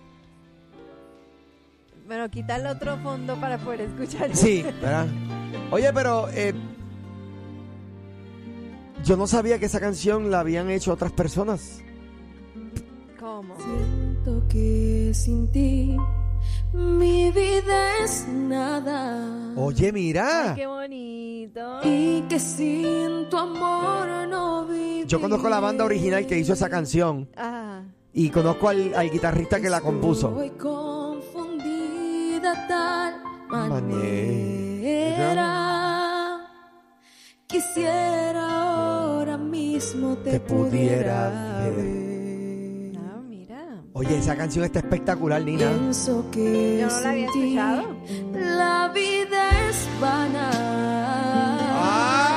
B: Bueno, quita el otro fondo para poder escuchar.
A: Sí, ¿verdad? Oye, pero eh, yo no sabía que esa canción la habían hecho otras personas.
B: ¿Cómo?
K: Siento que sin ti mi vida es nada.
A: Oye, mira.
B: Qué bonito.
K: Y que sin tu amor no vivo.
A: Yo conozco la banda original que hizo esa canción
B: Ah,
A: y conozco al, al guitarrista que la compuso.
K: Voy confundida tal
A: Manera.
K: manera. Quisiera ahora mismo te, pudiera.
A: Pudiera ver.
B: ah, mira.
A: Oye, esa canción está espectacular, Nina.
K: Pienso que
B: Yo no la había
K: sin ti
B: escuchado.
K: La vida es vana.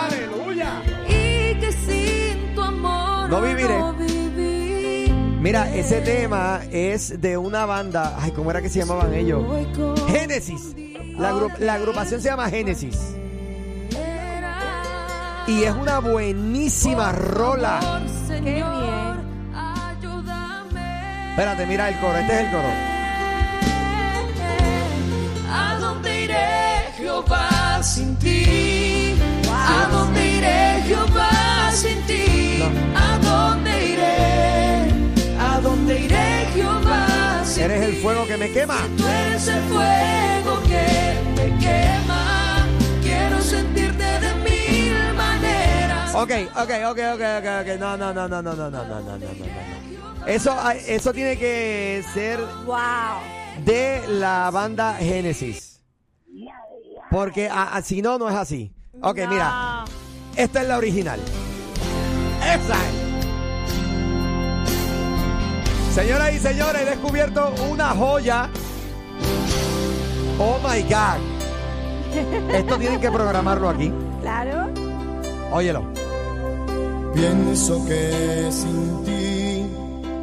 A: ¡Aleluya!
K: Y que sin tu amor
A: No viviré.
K: viviré.
A: Mira, ese tema es de una banda. Ay, ¿cómo era que se llamaban ellos? Génesis. La, agru- la agrupación se llama Génesis. Y es una buenísima rola.
K: Qué
B: bien.
A: Espérate, mira el coro. Este es el coro.
K: ¿A dónde iré, Jehová, sin ti? ¿A dónde iré, Jehová, sin ti? ¿A dónde iré? ¿A dónde iré, Jehová, sin ti?
A: Eres el fuego que me quema.
K: Tú eres el fuego que me quema. Quiero sentirte de mil maneras.
A: Ok, ok, ok, ok, ok, ok. No, no, no, no, no, no, no, no, no, no, no, no. Eso, ah, eso tiene que ser de la banda Génesis. Porque ah, ah, si no, no es así. Ok, mira. Esta es la original. Esa es. Señoras y señores, he descubierto una joya. Oh my God. Esto tienen que programarlo aquí.
B: Claro.
A: Óyelo.
J: Pienso que sin ti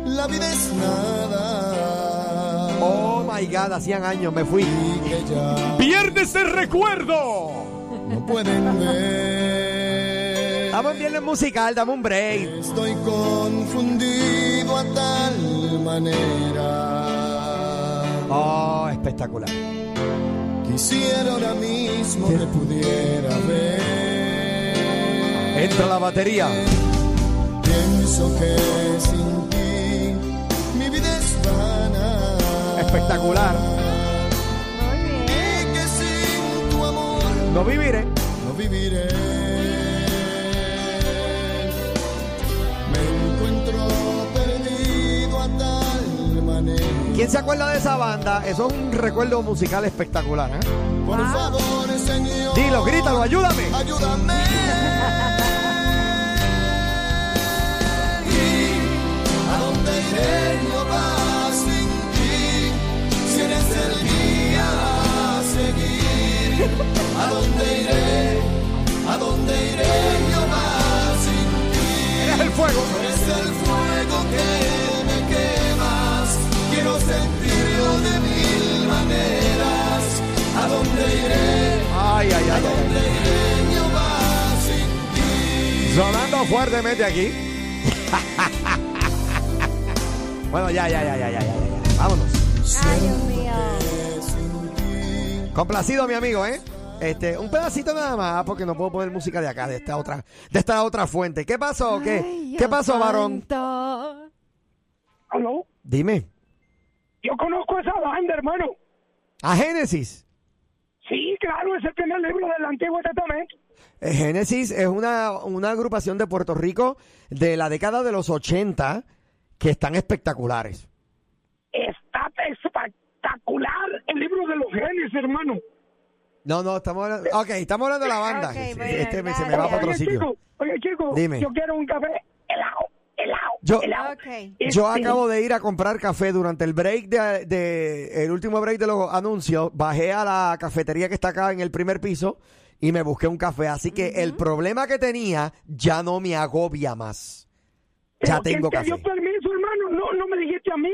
J: la vida es nada.
A: Oh my god, hacían años, me fui. ¡Pierdes el recuerdo!
J: No pueden ver.
A: Dame un viernes musical, dame un break.
J: Estoy confundido a tal manera.
A: Oh, espectacular.
J: Quisiera ahora mismo que pudiera ver.
A: Entra la batería.
J: Pienso que sin ti mi vida es vana.
A: Espectacular.
J: Y que sin tu amor
A: No viviré.
J: no viviré. Me encuentro perdido a tal manera.
A: ¿Quién se acuerda de esa banda? Eso es un recuerdo musical espectacular, ¿eh?
J: Por favor, Señor,
A: Dilo, grítalo, ayúdame.
J: ayúdame. ¿A dónde iré yo más sin ti? Si eres el guía a seguir. ¿A dónde iré? ¿A dónde iré yo más sin ti?
A: Eres el fuego.
J: Tú eres el fuego que me quemas. Quiero sentirlo de mil maneras. ¿A dónde iré?
A: Ay, ay, ay. ay,
J: ¿A dónde iré yo más sin ti?
A: ay. Sonando fuertemente aquí. bueno, ya, ya, ya, ya, ya, ya, ya. Vámonos.
B: Ay, Dios mío.
A: Complacido, mi amigo, ¿eh? Este, un pedacito nada más, ah, porque no puedo poner música de acá, de esta otra, de esta otra fuente. ¿Qué pasó? ¿Qué?
B: Ay, Dios
A: ¿Qué pasó, varón?
B: santo.
D: ¿Aló?
A: Dime.
D: Yo conozco esa banda, hermano.
A: A Génesis.
D: Sí, claro, es el primer libro del Antiguo Testamento.
A: Eh, Génesis es una, una agrupación de Puerto Rico de la década de los 80 que están espectaculares.
D: Está espectacular el libro de los genes, hermano.
A: No, no, estamos hablando, ok, estamos hablando de la banda.
B: Ah, Ok,
A: Sí, sí,
B: bueno,
A: este me- se me
B: dale.
A: va para otro
D: Oye,
A: sitio.
D: chico, oye, chico,
A: Dime.
D: yo quiero un café helado, helado,
A: Yo-
D: helado.
B: Ok.
A: Yo acabo de ir a comprar café durante el break de, de- el último break de los anuncios. Bajé a la cafetería que está acá en el primer piso y me busqué un café. Así que el problema que tenía ya no me agobia más. Ya
D: Pero ¿quién
A: tengo
D: te
A: café.
D: dio Este, permiso, hermano? No, no me dijiste a mí.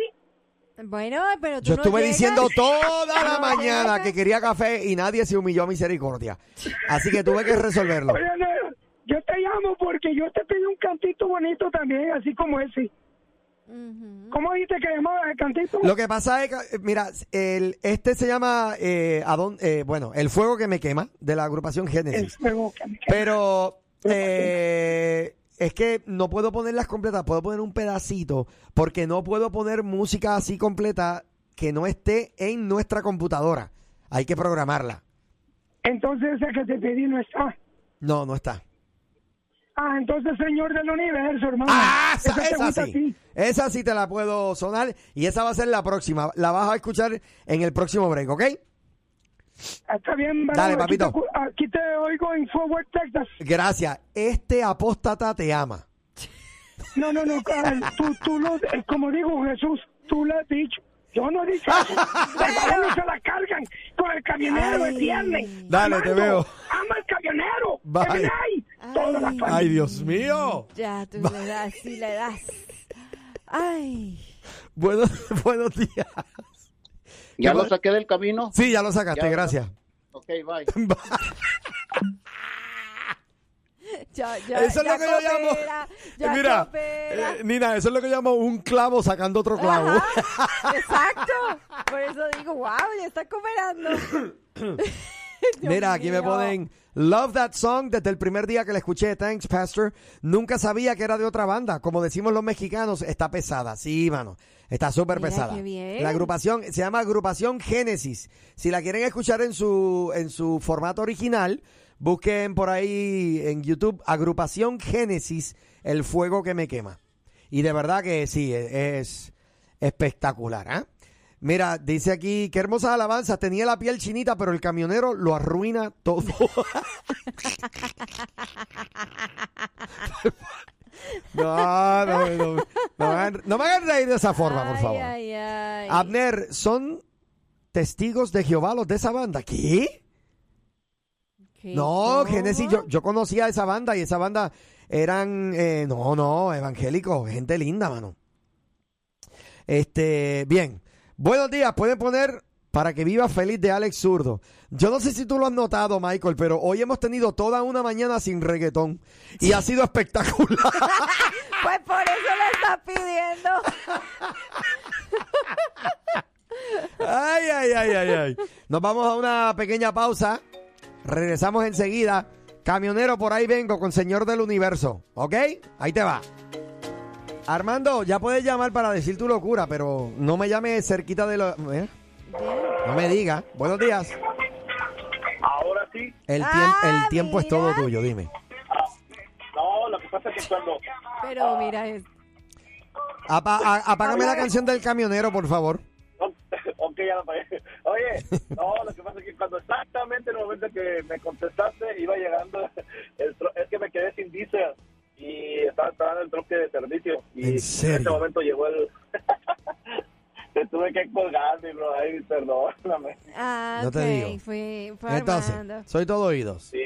B: Bueno, pero tú
A: Yo
B: no
A: estuve
B: llegas.
A: diciendo toda la
B: No
A: mañana
B: llegas.
A: que quería café y nadie se humilló a misericordia. Así que tuve que resolverlo.
D: Oye, no, yo te llamo porque yo te pedí un cantito bonito también, así como ese.
B: Ujú.
D: ¿Cómo dijiste que llamaba el cantito?
A: Lo que pasa es que, mira, el, este se llama, eh, Adon- eh, bueno, El Fuego que me quema, de la agrupación
D: El
A: Génesis.
D: fuego que me quema.
A: Pero eh, es que no puedo ponerlas completas, puedo poner un pedacito, porque no puedo poner música así completa que no esté en nuestra computadora. Hay que programarla.
D: Entonces ese que te pedí no está.
A: No, no está.
D: Ah, entonces Señor del Universo, hermano.
A: Ah, esa,
D: Esa te
A: esa
D: gusta a
A: sí.
D: ti.
A: Esa sí te la puedo sonar y esa va a ser la próxima. La vas a escuchar en el próximo break, ¿ok?
D: Ah, Está bien, hermano.
A: Dale,
D: Aquí te
A: papito.
D: cu- Aquí te, oigo en Forward, Texas.
A: Gracias. Este apóstata te ama.
D: No, no, no, Carl, tú, tú lo, eh, como dijo Jesús, tú lo has dicho. Yo no he dicho eso. Las manos se la cargan con el camionero el viernes.
A: Dale, te veo.
D: Ama el camionero.
A: Bye.
D: Bye. Toda la familia.
A: Ay, Dios mío.
B: Ya, tú le das, sí le das. Ay.
A: Buenos, buenos días.
L: ¿Ya
A: Qué
L: lo
A: bu-
L: saqué del camino?
A: Sí, ya lo sacaste,
L: Ya,
A: gracias.
L: Ok, bye.
B: Ya, ya,
A: Eso es
B: ya
A: lo que yo llamo.
B: coopera, ya
A: Eh, Mira,
B: coopera.
A: eh, Nina, eso es lo que llamo un clavo sacando otro clavo.
B: Ajá, exacto. Por eso digo, wow, ya está cooperando. Dios
A: Mira, aquí me
B: mío.
A: ponen Love That Song desde el primer día que la escuché. Thanks, Pastor. Nunca sabía que era de otra banda. Como decimos los mexicanos, está pesada. Sí, mano. Está súper
B: Mira,
A: pesada.
B: qué bien.
A: La agrupación se llama Agrupación Génesis. Si la quieren escuchar en su, en su formato original, busquen por ahí en YouTube Agrupación Génesis, el fuego que me quema. Y de verdad que sí, e, es espectacular. ¿ah? Mira, dice aquí, qué hermosas alabanzas. Tenía la piel chinita, pero el camionero lo arruina todo. no, no, no, no me hagan- no me hagan reír de esa forma, por
B: Ay,
A: favor.
B: ay, ay.
A: Abner, ¿son testigos de Jehová los de esa banda? ¿Qué?
B: ¿Qué?
A: No, Génesis, yo, yo conocía esa banda y esa banda eran, eh, no, no, evangélicos, gente linda, mano. Este, bien. Buenos días, pueden poner para que viva feliz de Alex Zurdo. Yo no sé si tú lo has notado, Michael, pero hoy hemos tenido toda una mañana sin reggaetón y ha sido espectacular.
B: Pues por eso lo está pidiendo.
A: Ay, ay, ay, ay, ay. Nos vamos a una pequeña pausa. Regresamos enseguida. Camionero, por ahí vengo con Señor del Universo. ¿Ok? Ahí te va. Armando, ya puedes llamar para decir tu locura, pero no me llame cerquita de lo. ¿eh? No me diga. Buenos días.
M: Ahora sí.
A: El, tiemp-
B: Ah,
M: Ah,
A: el tiempo es todo tuyo, dime.
E: Ah,
M: No, lo que pasa es que cuando.
B: Pero mira esto.
A: Apa- a- apágame la canción del camionero, por favor.
M: Ok, ya lo apagué. Oye, no, lo que pasa es que cuando exactamente en el momento que me contestaste iba llegando, el tro- es que me quedé sin diésel y estaba esperando el troque de servicio. Y
A: ¿En
M: en ese
A: serio?
M: momento llegó el. Te tuve que colgar, mi bro. Ay, perdóname.
B: Ah,
A: No te
B: ok,
A: digo.
B: Fue, fue
A: Entonces,
B: Armando.
A: soy todo oídos.
M: Sí,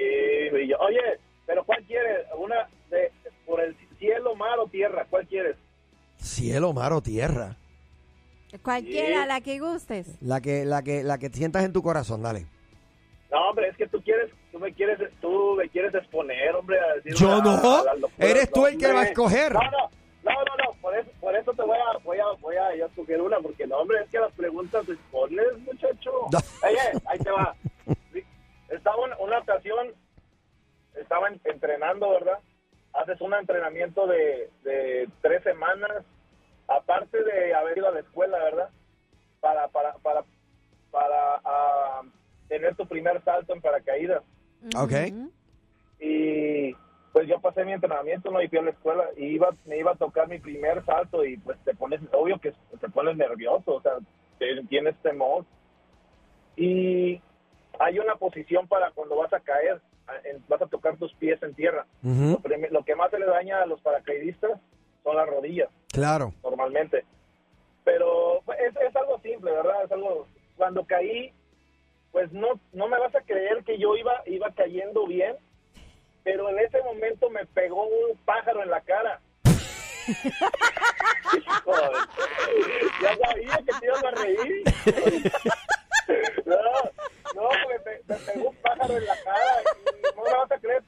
M: brillo. Oye, pero ¿cuál quieres? ¿Una de, por el cielo, mar o tierra? ¿Cuál quieres?
A: Cielo, mar o tierra.
B: Cualquiera, la que gustes.
A: La que, la que, la que sientas en tu corazón, dale.
M: No, hombre, es que tú quieres, tú me quieres, tú me quieres exponer, hombre, a decir.
A: Yo
M: una-
A: no.
M: a las locuras,
A: Eres tú el que
M: hombre.
A: va a escoger.
M: No, no, no, no, no, Por eso, por eso te voy a, voy a, voy a, yo escoger una, porque no, hombre, es que las preguntas te expones, muchacho. Oye, ahí te va. Estaba en una ocasión, estaba en- entrenando, ¿verdad? Haces un entrenamiento de, de tres semanas, aparte de haber ido a la escuela, ¿verdad? Para, para, para, para ah, tener tu primer salto en paracaídas
A: Ok.
M: y pues yo pasé mi entrenamiento no y fui a la escuela y iba me iba a tocar mi primer salto y pues te pones obvio que te pones nervioso o sea te- tienes temor y hay una posición para cuando vas a caer a- en- vas a tocar tus pies en tierra
A: Ujú.
M: lo, prim- lo que más se le daña a los paracaidistas son las rodillas
A: Claro.
M: normalmente. Pero pues, es, es algo simple, ¿verdad? Es algo, cuando caí, pues no, no me vas a creer que yo iba, iba cayendo bien, pero en ese momento me pegó un pájaro en la cara. Hijo de- ya sabía que te ibas a reír. no, no, me, pe- me pegó un pájaro en la cara. y no me vas a creer.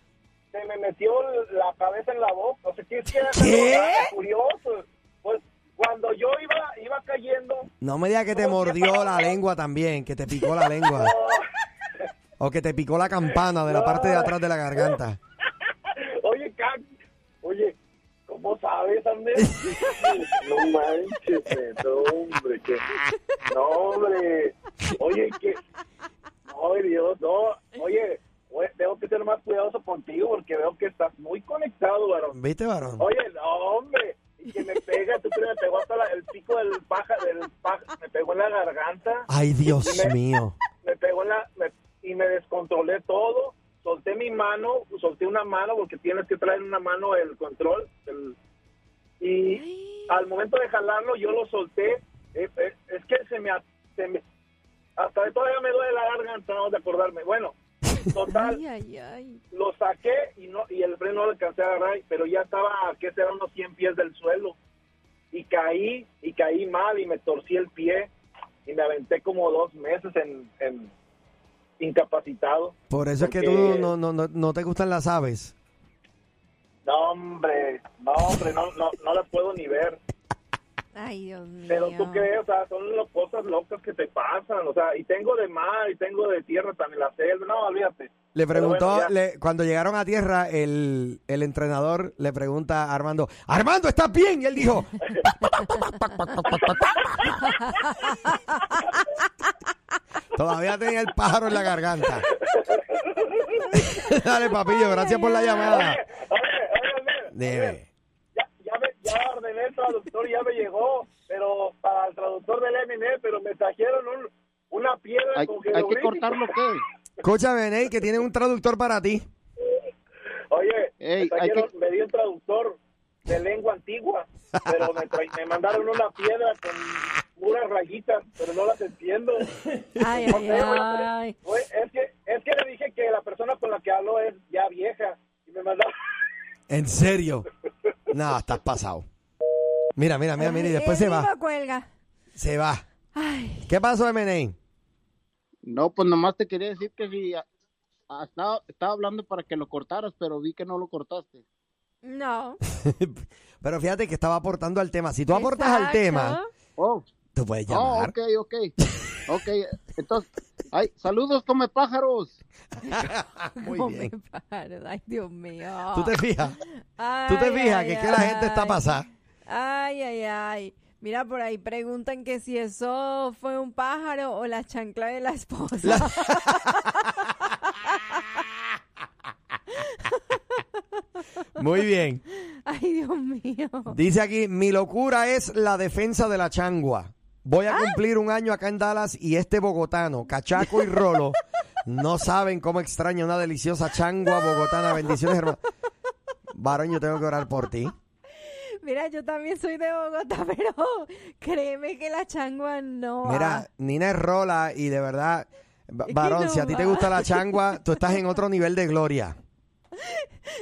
M: Se me metió la cabeza en la boca. O sea, ¿qué es que era
A: ¿Qué?
M: curioso? Pues cuando yo iba, iba cayendo,
A: No me digas que te mordió la lengua también, que te picó la lengua. O que te picó la campana de la parte de atrás de la garganta.
M: oye, Cac, oye, ¿cómo sabes, Andrés? no manches, no, hombre, que, no, hombre, oye, que, ay, Dios, no, oye, oye, tengo que ser más cuidadoso contigo porque veo que estás muy conectado, varón.
A: ¿Viste, varón?
M: Oye, no, hombre, y que me pega, tú crees, me pegó hasta la- el pico del pájaro, del pájaro, me pegó en la garganta.
A: Ay, Dios
M: Y me-
A: mío.
M: me pegó en la me- y me descontrolé todo. Solté mi mano, solté una mano porque tienes que traer en una mano el control. el- y al momento de jalarlo yo lo solté. Eh, eh, es que se me, a- se me- hasta todavía me duele la garganta no, de acordarme. Bueno, total,
B: Ay, ay, ay.
M: lo saqué y no y el freno no lo alcancé a agarrar, pero ya estaba a que será unos 100 pies del suelo y caí y caí mal y me torcí el pie y me aventé como dos meses en, en incapacitado.
A: Por eso es que tú
M: Porque-
A: no, no, no, no te gustan las aves.
M: No hombre, no hombre, no no, no las puedo ni ver.
B: Ay, Dios mío.
M: Pero tú crees, o sea, son las cosas locas que te pasan, o sea, y tengo de mar y tengo de tierra también la selva, no, olvídate.
A: Le
M: Pero bueno,
A: preguntó,
M: ya.
A: le- cuando llegaron a tierra, el, el entrenador le pregunta a Armando, Armando, ¿estás bien? Y él dijo, todavía tenía el pájaro en la garganta. Dale, papillo, gracias por la llamada. Dime.
M: ya ordené el traductor, ya me llegó, pero para el traductor del MN, pero me trajeron un- una piedra
L: Hay-
M: con
L: hay que
M: jeroglíficos.
L: cortarlo, ¿qué?
A: Escúchame, Ney, que tiene un traductor para ti.
M: Oye,
L: Ey,
M: me,
L: hay
M: trajeron,
L: que-
M: me dio un traductor de lengua antigua, pero me, tra- me mandaron una piedra con puras rayitas, pero no las entiendo.
B: Ay, ay, ay.
M: Oye, es, que, es que le dije que la persona con la que hablo es ya vieja, y me mandaron...
A: ¿En serio? No, estás pasado. Mira, mira, mira, mira, y después
B: El
A: se va.
B: mismo cuelga.
A: Se va.
B: Ay,
A: ¿Qué pasó, MNN?
L: No, pues nomás te quería decir que si a- a- estaba, estaba hablando para que lo cortaras, pero vi que no lo cortaste.
B: no.
A: Pero fíjate que estaba aportando al tema. Si tú aportas al
L: Exacto.
A: tema,
L: Oh,
A: tú puedes
L: oh,
A: llamar.
L: ok, ok. Ok, entonces, ay, saludos, come pájaros.
A: Muy
B: ¿Cómo
A: bien.
B: me paro? Ay, Dios mío.
A: Tú te fijas. Tú te
B: Ay,
A: fijas
B: ay,
A: que, es que la gente está
B: ay.
A: pasada.
B: Ay, ay, ay. Mira, por ahí preguntan que si eso fue un pájaro o la chancla de la esposa.
A: Muy bien.
B: Ay, Dios mío.
A: Dice aquí, mi locura es la defensa de la changua. Voy
B: Ah.
A: a cumplir un año acá en Dallas y este bogotano, Cachaco y Rolo, no saben cómo extraña una deliciosa changua bogotana. Bendiciones, hermano. Varón, yo tengo que orar por ti.
B: Mira, yo también soy de Bogotá, pero créeme que la changua no. va.
A: Mira, Nina es Rola y de verdad, va-
B: Ah. que
A: varón,
B: no
A: si a ti te
B: va.
A: gusta la changua, tú estás en otro nivel de gloria.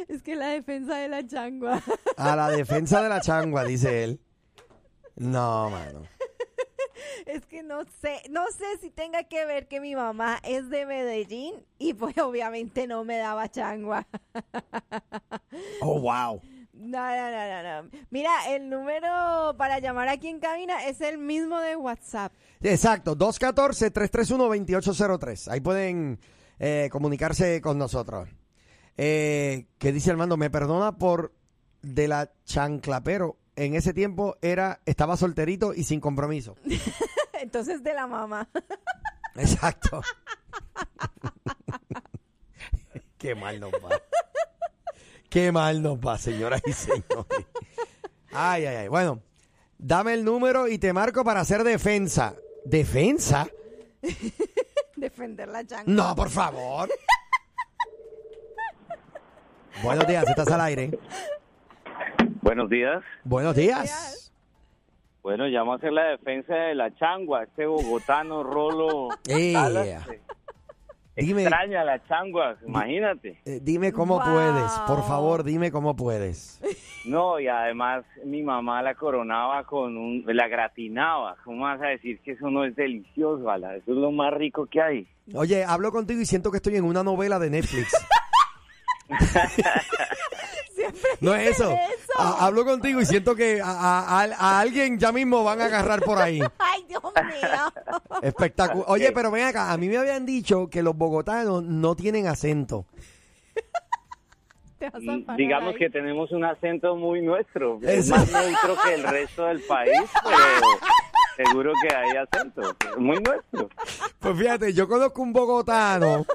B: Es que la defensa de la changua.
A: A la defensa de la changua, dice él. No, mano.
B: Es que no sé, no sé si tenga que ver que mi mamá es de Medellín y pues obviamente no me daba changua.
A: Oh, wow.
B: No, no, no, no, no. Mira, el número para llamar aquí en cabina es el mismo de WhatsApp.
A: Exacto, 214-331-2803. Ahí pueden eh, comunicarse con nosotros. Eh, ¿Qué dice Armando? Me perdona por de la chancla, pero en ese tiempo era estaba solterito y sin compromiso.
B: Entonces de la mamá.
A: Exacto. Qué mal nos va. Qué mal nos va, señoras y señores. Ay, ay, ay. Bueno, dame el número y te marco para hacer defensa. ¿Defensa?
B: Defender la changua.
A: No, por favor. Buenos días, estás al aire.
N: Buenos días.
A: Buenos días.
N: Bueno, ya vamos a hacer la defensa de la changua, este bogotano rolo.
A: Ey,
N: Dallas, eh,
A: Dime,
N: Extraña la changua, imagínate.
A: eh, dime cómo
N: Wow.
A: puedes. Por favor, dime cómo puedes.
N: No, y además mi mamá la coronaba con un, la gratinaba. ¿Cómo vas a decir que eso no es delicioso, Ala? Eso es lo más rico que hay.
A: Oye, hablo contigo y siento que estoy en una novela de Netflix. no es eso. Ha- hablo contigo y siento que a, a- a- a alguien ya mismo van a agarrar por ahí.
B: Ay, Dios mío.
A: Espectacular. Oye, pero ven acá, a mí me habían dicho que los bogotanos no tienen acento.
B: Te vas a parar
N: Mm, Digamos
B: ahí.
N: que tenemos un acento muy nuestro. Es más neutro que el resto del país, pero seguro que hay acento. Muy nuestro.
A: Pues fíjate, yo conozco un bogotano.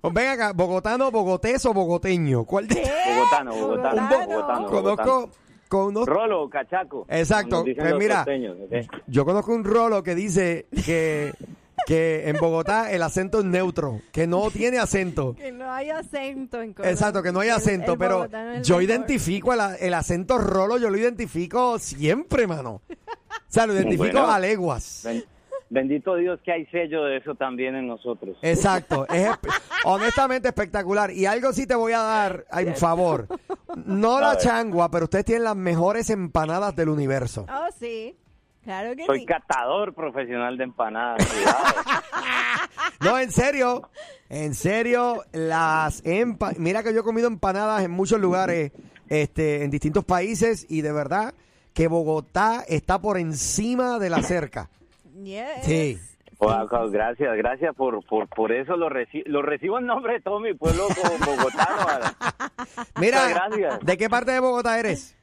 A: Pues Ven acá, bogotano, bogotés o bogoteño. ¿Cuál de-
N: Bogotano, bogotano,
A: Un bo-
N: bogotano,
A: Conozco,
N: bogotano.
A: conozco-
N: Rolo, cachaco.
A: Exacto,
N: como dicen
A: pues
N: los
A: mira.
N: costeños, ¿ok?
A: Yo conozco un rolo que dice que, que en Bogotá el acento es neutro, que no tiene acento.
B: Que no hay acento en Colombia.
A: Exacto, que no hay
B: El-
A: acento,
B: el
A: pero
B: bogotano es
A: yo
B: mejor.
A: identifico el, a- el acento rolo, yo lo identifico siempre, mano. O sea, lo identifico
N: Bueno.
A: a leguas.
N: Ben- bendito Dios que hay sello de eso también en nosotros.
A: Exacto, es espe- honestamente espectacular. Y algo sí te voy a dar en favor. No
N: A
A: la
N: ver.
A: changua, pero ustedes tienen las mejores empanadas del universo.
B: Oh, sí. Claro que
N: Soy
B: sí.
N: catador profesional de empanadas. cuidado.
A: No, en serio. En serio, las empa- mira que yo he comido empanadas en muchos lugares, este, en distintos países y de verdad que Bogotá está por encima de la cerca.
B: Yes.
A: Sí.
N: Wow, Carlos, gracias, gracias por, por, por eso. Lo, reci- lo recibo en nombre de todo mi pueblo como bogotano. Ana.
A: Mira,
N: Muchas gracias.
A: ¿de qué parte de Bogotá eres?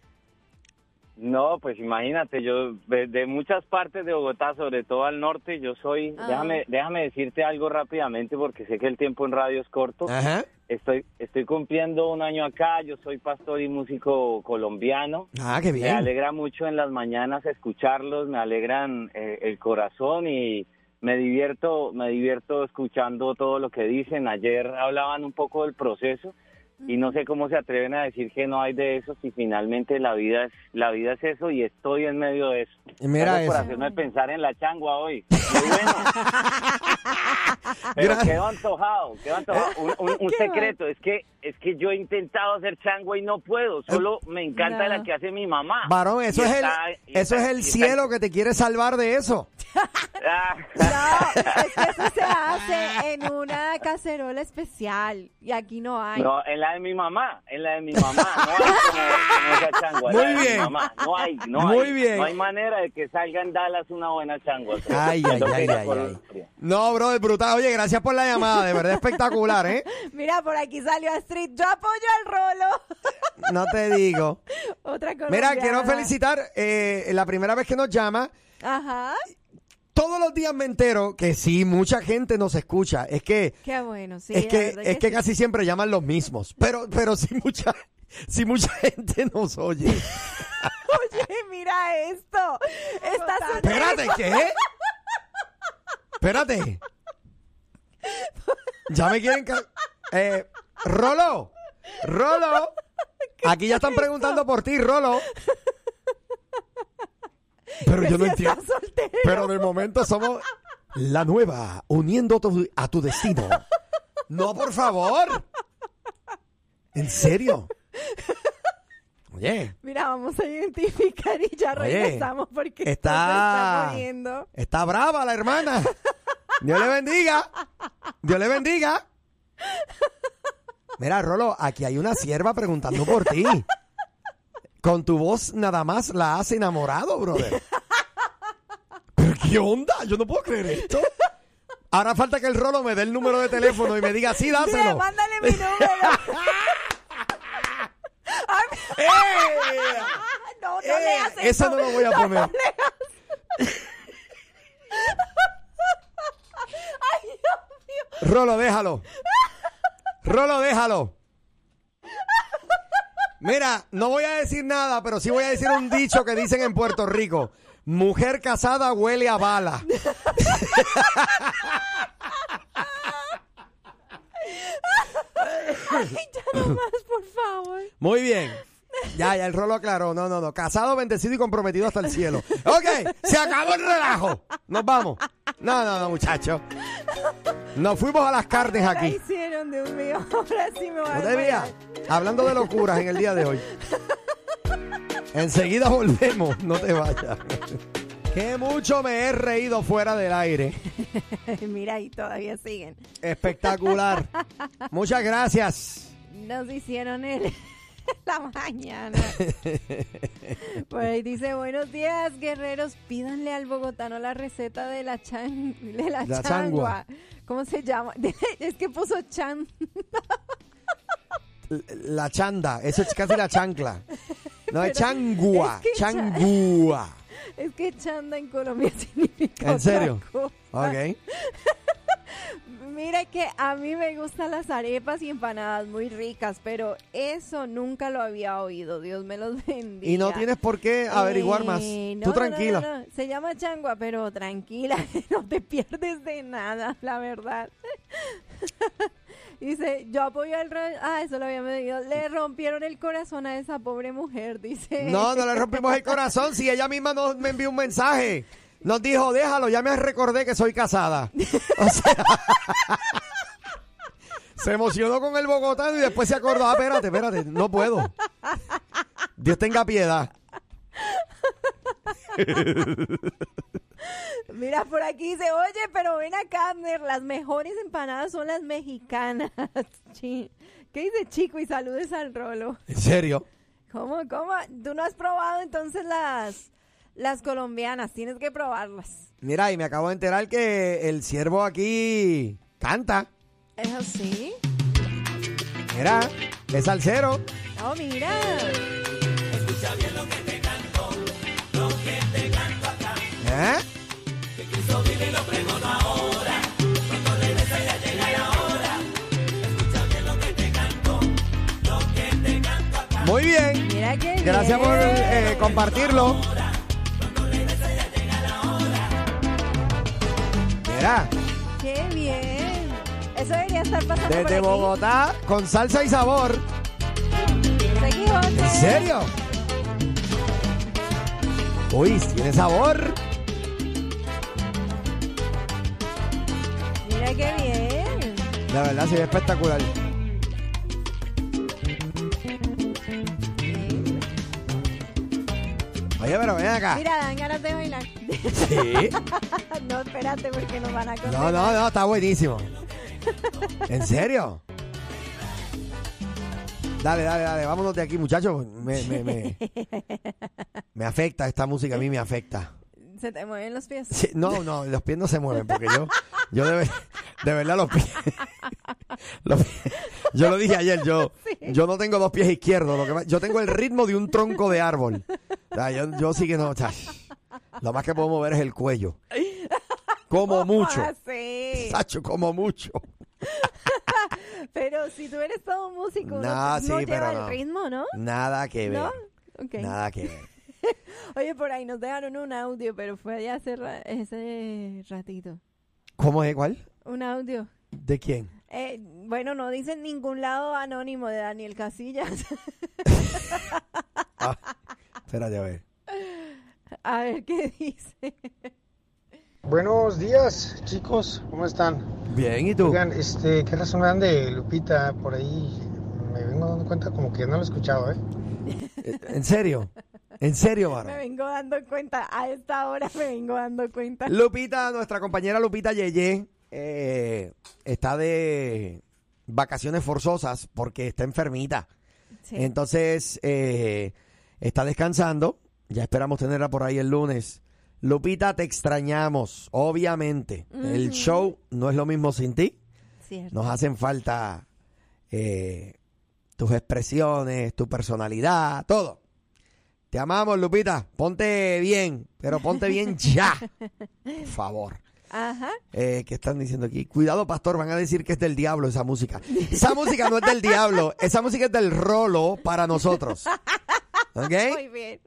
N: No, pues imagínate, yo de, de muchas partes de Bogotá, sobre todo al norte, yo soy,
A: Ah.
N: déjame, déjame decirte algo rápidamente porque sé que el tiempo en radio es corto.
A: Ajá.
N: Estoy, estoy cumpliendo un año acá, yo soy pastor y músico colombiano.
A: Ah, qué
N: Me
A: bien.
N: alegra mucho en las mañanas escucharlos, me alegran eh, el corazón y me divierto, me divierto escuchando todo lo que dicen. Ayer hablaban un poco del proceso y no sé cómo se atreven a decir que no hay de eso si finalmente la vida es, la vida es eso y estoy en medio de eso.
A: Mira
N: Gracias por
A: eso.
N: hacerme pensar en la changua hoy. Pero
A: Gra-
N: quedó antojado, quedó antojado. Un, un- un
A: Qué
N: secreto, es que, es que yo he intentado hacer changua y no puedo, solo me encanta la que hace mi mamá.
A: Eh, Varón, eso
N: Ah, Y
A: es el,
N: está- y
A: eso es
N: está- y
A: el
N: está-
A: cielo que te quiere salvar de eso.
B: Eso se hace en una cacerola especial y aquí no hay.
N: No, en la de mi mamá, en la de mi mamá, no hay como, como esa changua, en
A: Muy
N: la de mi
A: bien.
N: mamá, no hay, no
A: Muy
N: hay,
A: bien.
N: no hay manera de que salga en Dallas una buena changua.
A: Ay, ay,
N: Entonces,
A: ay,
N: la
A: ay,
N: col-
A: No, bro, es brutal. Oye, gracias por la llamada, de verdad espectacular, ¿eh?
B: Mira, por aquí salió a Street. Yo apoyo al rolo.
A: No te digo.
B: Otra cosa.
A: Mira, quiero felicitar eh, la primera vez que nos llama.
B: Ajá.
A: Todos los días me entero que sí, mucha gente nos escucha. Es que
B: Qué bueno, sí.
A: es
B: la
A: que,
B: verdad
A: es que
B: sí.
A: casi siempre llaman los mismos, pero pero sí mucha sí mucha gente nos oye.
B: Oye, mira esto. Está sonando-
A: Espérate, ¿qué? Espérate. Ya me quieren ca- eh, Rolo. Rolo. Aquí ya están preguntando por ti, Rolo. Pero yo no entiendo. Pero de momento somos la nueva, uniendo tu- a tu destino. No, por favor. ¿En serio? Oye.
B: Mira, vamos a identificar y ya
A: Oye,
B: regresamos porque esto
A: está-
B: se está moviendo.
A: Está brava la hermana. Dios le bendiga. Dios le bendiga. Mira, Rolo, aquí hay una sierva preguntando por ti. Con tu voz nada más la has enamorado, brother. ¿Pero qué onda? Yo no puedo creer esto. Ahora falta que el Rolo me dé el número de teléfono y me diga, sí,
B: Mira,
A: dáselo.
B: mándale mi número. Ay, mi- no, no le haces
A: Eso
B: eso.
A: ¡Eh! no lo voy a poner.
B: Ay, Dios mío.
A: Rolo, déjalo. Rolo, déjalo. Mira, no voy a decir nada, pero sí voy a decir un dicho que dicen en Puerto Rico. Mujer casada huele a bala.
B: Ay, ya no más, por favor.
A: Muy bien. Ya, ya, el rolo aclaró. No, no, no. Casado, bendecido y comprometido hasta el cielo. Ok, se acabó el relajo. Nos vamos. No, no, no, muchachos. Nos fuimos a las carnes
B: La
A: aquí.
B: hicieron, Dios mío. Ahora sí me voy a
A: No te
B: desmayar.
A: veas. Hablando de locuras en el día de hoy. Enseguida volvemos, no te vayas. Que mucho me he reído fuera del aire.
B: Mira, y todavía siguen.
A: Espectacular. Muchas gracias.
B: Nos hicieron el, la mañana. Por ahí dice, buenos días, guerreros. Pídanle al bogotano la receta de la, chan, de la,
A: La changua.
B: changua. ¿Cómo se llama? es que puso chan.
A: L- La chanda, eso es casi la chancla. No, es changua,
B: es que cha-
A: changua.
B: Es que chanda en Colombia significa
A: ¿En
B: otra
A: serio?
B: cosa.
A: Ok.
B: Mira que a mí me gustan las arepas y empanadas muy ricas, pero eso nunca lo había oído. Dios me los bendiga.
A: Y no tienes por qué averiguar más.
B: Eh, no,
A: Tú
B: no, no, no,
A: tranquila.
B: no. Se llama changua, pero tranquila, no te pierdes de nada, la verdad. Dice, yo apoyo al... ro- Ah, eso lo había medido. Le rompieron el corazón a esa pobre mujer, dice.
A: No, no le rompimos el corazón si ella misma nos me envió un mensaje. Nos dijo, déjalo, ya me recordé que soy casada. O sea, se emocionó con el bogotano y después se acordó, ah, espérate, espérate, no puedo. Dios tenga piedad.
B: Mira, por aquí dice, oye, pero ven acá, Abner, las mejores empanadas son las mexicanas. Chi- ¿Qué dice Chico? Y saludes al Rolo.
A: En serio.
B: ¿Cómo, cómo? ¿Tú no has probado entonces las, las colombianas? Tienes que probarlas.
A: Mira, y me acabo de enterar que el ciervo aquí canta.
B: Eso sí.
A: Mira, es salsero.
B: Oh, mira.
K: Escucha bien lo que te canto, lo que te canto acá.
A: ¿Eh?
K: Que Cristo vive y lo pregono ahora. Cuando regresa ya llega la hora. Escucha bien lo que te canto, lo que te canto acá.
A: Muy bien.
B: Mira qué bien.
A: Gracias por eh, compartirlo. Mira,
B: Qué bien. Eso debería estar pasando por
A: desde
B: aquí.
A: Bogotá con salsa y sabor.
B: Seguimos,
A: ¿En serio? Uy, tiene sabor.
B: Mira qué bien.
A: La verdad se ve espectacular. Oye, pero ven acá.
B: Mira, dan ganas de bailar.
A: Sí.
B: no, espérate, porque nos van a comer.
A: No, no, no, está buenísimo. ¿En serio? Dale, dale, dale, vámonos de aquí, muchachos. Me, me, me, me afecta esta música, a mí me afecta.
B: Se te mueven los pies.
A: Sí, no, no, los pies no se mueven porque yo, yo de, ver- de verdad los pies, los pies- Yo lo dije ayer, yo, yo no tengo dos pies izquierdos, lo que más- yo tengo el ritmo de un tronco de árbol. O sea, yo, yo sí que no, o sea, lo más que puedo mover es el cuello. Como mucho.
B: Ah, Sí.
A: Sacho, como mucho.
B: Pero si tú eres todo músico, no,
A: Nah,
B: no
A: sí,
B: lleva
A: pero
B: el
A: no.
B: ritmo, ¿no?
A: Nada que ver.
B: ¿No? Ok.
A: Nada que ver.
B: Oye, por ahí nos dejaron un audio, pero fue ya hace ra- ese ratito.
A: ¿Cómo es igual?
B: Un audio.
A: ¿De quién?
B: Eh, bueno, no dice en ningún lado anónimo de Daniel Casillas.
A: Espérate a ver.
B: A ver qué dice.
O: Buenos días, chicos, ¿cómo están?
A: Bien, ¿y tú?
O: Oigan, este, qué razón me dan de Lupita por ahí. Me vengo dando cuenta como que no lo he escuchado, ¿eh?
A: ¿En serio? ¿En serio, Varo?
B: Me vengo dando cuenta, a esta hora me vengo dando cuenta.
A: Lupita, nuestra compañera Lupita Yeye, eh, está de vacaciones forzosas porque está enfermita.
B: Sí.
A: Entonces, eh, está descansando. Ya esperamos tenerla por ahí el lunes. Lupita, te extrañamos, obviamente. El
B: Ujú.
A: show no es lo mismo sin ti.
B: Cierto.
A: Nos hacen falta eh, tus expresiones, tu personalidad, todo. Te amamos, Lupita. Ponte bien, pero ponte bien ya. Por favor.
B: Ajá.
A: Eh, ¿Qué están diciendo aquí? Cuidado, pastor, van a decir que es del diablo esa música. Esa música no es del diablo, esa música es del rolo para nosotros. ¿Ok?
B: Muy bien.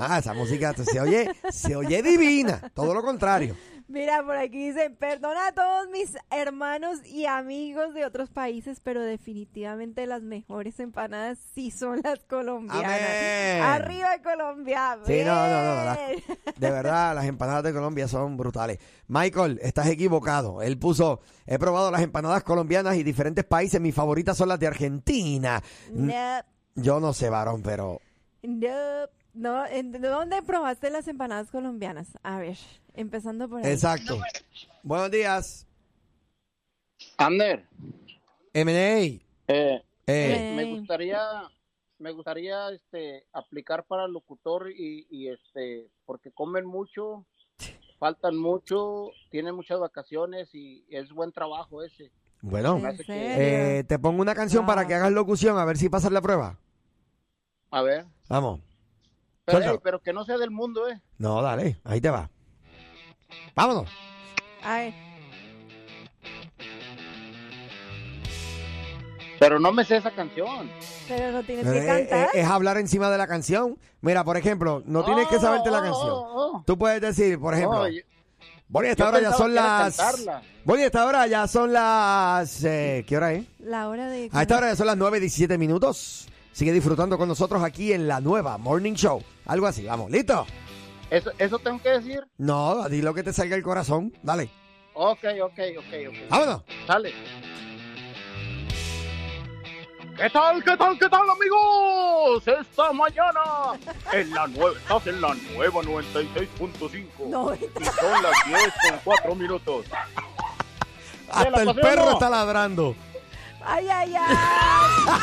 A: Ah, esa música se oye, se oye divina, todo lo contrario.
B: Mira, por aquí dice, perdona a todos mis hermanos y amigos de otros países, pero definitivamente las mejores empanadas sí son las colombianas.
A: Amén.
B: Arriba Colombia.
A: Sí, no, no, no, la-
B: bien.
A: De verdad, las empanadas de Colombia son brutales. Michael, estás equivocado. Él puso, he probado las empanadas colombianas y diferentes países. Mis favoritas son las de Argentina.
B: No,
A: Yo no sé, varón, pero
B: no, no. ¿En- ¿Dónde probaste las empanadas colombianas? A ver, empezando por ahí.
A: Exacto. Buenos días.
L: Ander.
A: M&A.
L: Eh,
A: Eh.
L: Me gustaría, me gustaría, este, aplicar para locutor y, y, este, porque comen mucho, faltan mucho, tienen muchas vacaciones y es buen trabajo ese.
A: Bueno,
L: ¿En serio?
A: eh, te pongo una canción para que hagas locución, a ver si pasas la prueba.
L: A ver,
A: Vamos.
L: pero,
A: Suéltalo.
L: ey, pero que no sea del mundo, eh.
A: No, dale, ahí te va. Vámonos.
B: A ver.
L: Pero no me sé esa canción.
B: Pero no tienes
A: Eh,
B: que
A: eh,
B: cantar.
A: es hablar encima de la canción. Mira, por ejemplo, no tienes que saberte la canción. Tú puedes decir, por ejemplo,
L: Oh, yo-
A: bueno, y esta
L: yo
A: hora ya
L: pensaba
A: son
L: que era
A: las...
L: cantarla.
A: Bueno, y esta hora ya son las... eh, ¿Qué hora es?
B: La hora de...
A: A esta hora ya son las 9 y 17 minutos. Sigue disfrutando con nosotros aquí en la nueva Morning Show. Algo así, vamos, ¿listo?
L: ¿Eso, eso tengo que decir?
A: No, di lo que te salga el corazón. Dale.
L: Ok, ok, ok, ok.
A: Vámonos.
L: Dale. ¿Qué tal, qué tal, qué tal, amigos? Esta mañana en la nueva, estás en la nueva 96.5. Y son las 10 con 4 minutos.
A: Hasta el
L: pasemos.
A: perro está ladrando.
B: Ay, ay, ay.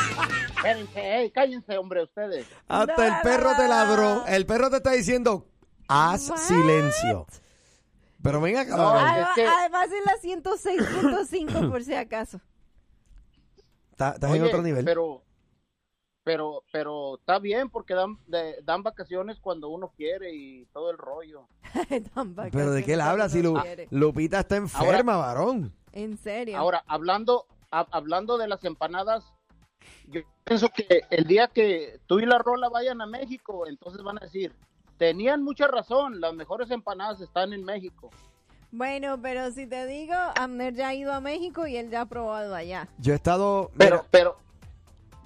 L: Espérense, ey, cállense, hombre, ustedes.
A: Hasta el perro te ladró. El perro te está diciendo, haz silencio. Pero venga acá. varón.
B: Ah, Además, además es la 106.5 por si acaso.
A: Está- Estás en
L: Oye,
A: otro nivel.
L: Pero, pero, pero está bien porque dan, de- dan vacaciones cuando uno quiere y todo el rollo.
A: Pero de qué él habla si Lu-
L: quiere.
A: Lupita está enferma, varón.
B: En serio.
L: Ahora, hablando, hab- hablando de las empanadas, yo pienso que el día que tú y la Rola vayan a México, entonces van a decir, tenían mucha razón, las mejores empanadas están en México.
B: Bueno, pero si te digo, Amner ya ha ido a México y él ya ha probado allá.
A: Yo he estado.
L: Pero, pero,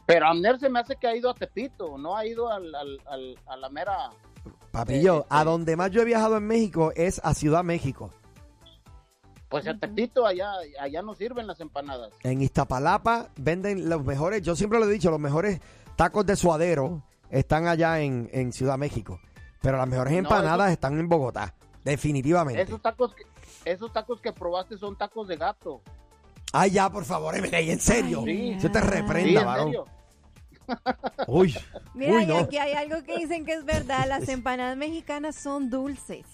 L: pero Amner se me hace que ha ido a Tepito, no ha ido al, al- al- a la mera... eh,
A: Papillo, a donde más yo he viajado en México es a Ciudad México.
L: Pues el Tepito, allá, allá no sirven las empanadas.
A: En Iztapalapa venden los mejores, yo siempre lo he dicho, los mejores tacos de suadero están allá en, en Ciudad México. Pero las mejores
L: No,
A: empanadas
L: eso-
A: están en Bogotá, definitivamente.
L: Esos tacos, que, esos tacos que probaste son tacos de gato.
A: Ay, ya, por favor, Evelyn, en serio.
L: Sí.
A: Yo te
L: Sí,
A: reprenda,
L: en
A: varón.
L: serio.
A: Uy,
B: Mira,
A: uy,
B: y
A: no.
B: aquí hay algo que dicen que es verdad. Las empanadas mexicanas son dulces.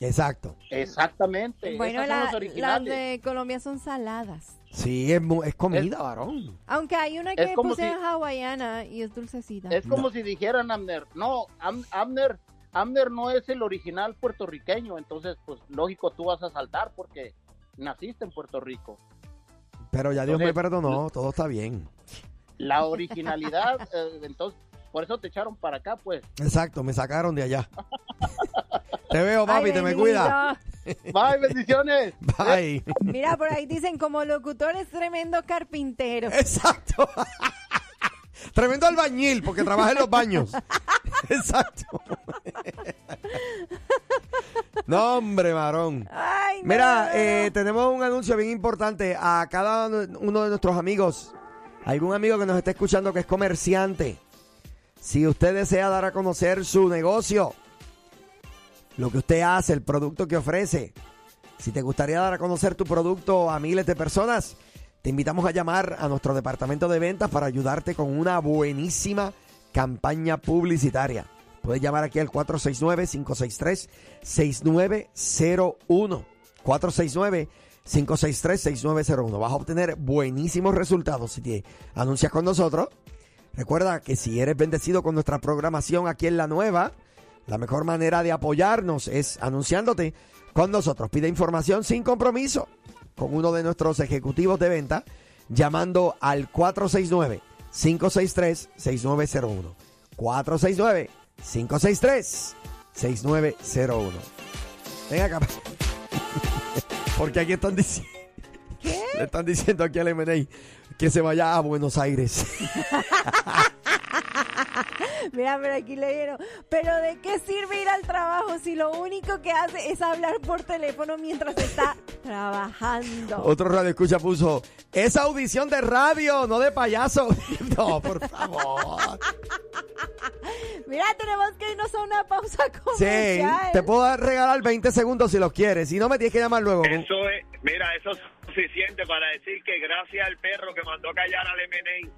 A: Exacto.
L: Exactamente.
B: Bueno,
L: esas son
B: la-
L: las
B: las
L: originales.
B: de Colombia son saladas.
A: Sí, es, mu- es comida, varón.
B: Aunque hay una
L: Es
B: que
L: como
B: pusieron
L: si-
B: hawaiana y es dulcecita.
L: Es como si dijeran Amner, no, Am- Amner, Amner no es el original puertorriqueño, entonces pues lógico tú vas a saltar porque naciste en Puerto Rico.
A: Pero ya Dios me perdonó, todo está bien.
L: La originalidad, eh, entonces por eso te echaron para acá, pues.
A: Exacto, me sacaron de allá. te veo, papi, te me cuida.
L: Bye, bendiciones.
A: Bye.
B: Mira, por ahí dicen como locutor es tremendo carpintero.
A: Exacto. Tremendo albañil, porque trabaja en los baños. Exacto. No, hombre, varón. Mira, eh, tenemos un anuncio bien importante a cada uno de nuestros amigos. Algún amigo que nos esté escuchando que es comerciante. Si usted desea dar a conocer su negocio, lo que usted hace, el producto que ofrece, si te gustaría dar a conocer tu producto a miles de personas, te invitamos a llamar a nuestro departamento de ventas para ayudarte con una buenísima campaña publicitaria. Puedes llamar aquí al 469-563-6901. 469-563-6901. Vas a obtener buenísimos resultados si te anuncias con nosotros. Recuerda que si eres bendecido con nuestra programación aquí en La Nueva, la mejor manera de apoyarnos es anunciándote con nosotros. Pide información sin compromiso con uno de nuestros ejecutivos de venta llamando al 469-563-6901. 469-563-6901. Ven acá. Porque aquí están diciendo... Le están diciendo aquí al MNI que se vaya a Buenos Aires.
B: Mira, pero aquí le dieron. Pero ¿de qué sirve ir al trabajo si lo único que hace es hablar por teléfono mientras está trabajando?
A: Otro radio escucha puso, es audición de radio, no de payaso. no, por favor.
B: Mira, tenemos que irnos a una pausa
A: Sí,
B: comercial.
A: te puedo dar- regalar 20 segundos si los quieres. Si no, me tienes que llamar luego.
P: Eso es, mira, eso es suficiente para decir que gracias al perro que mandó callar al MNI.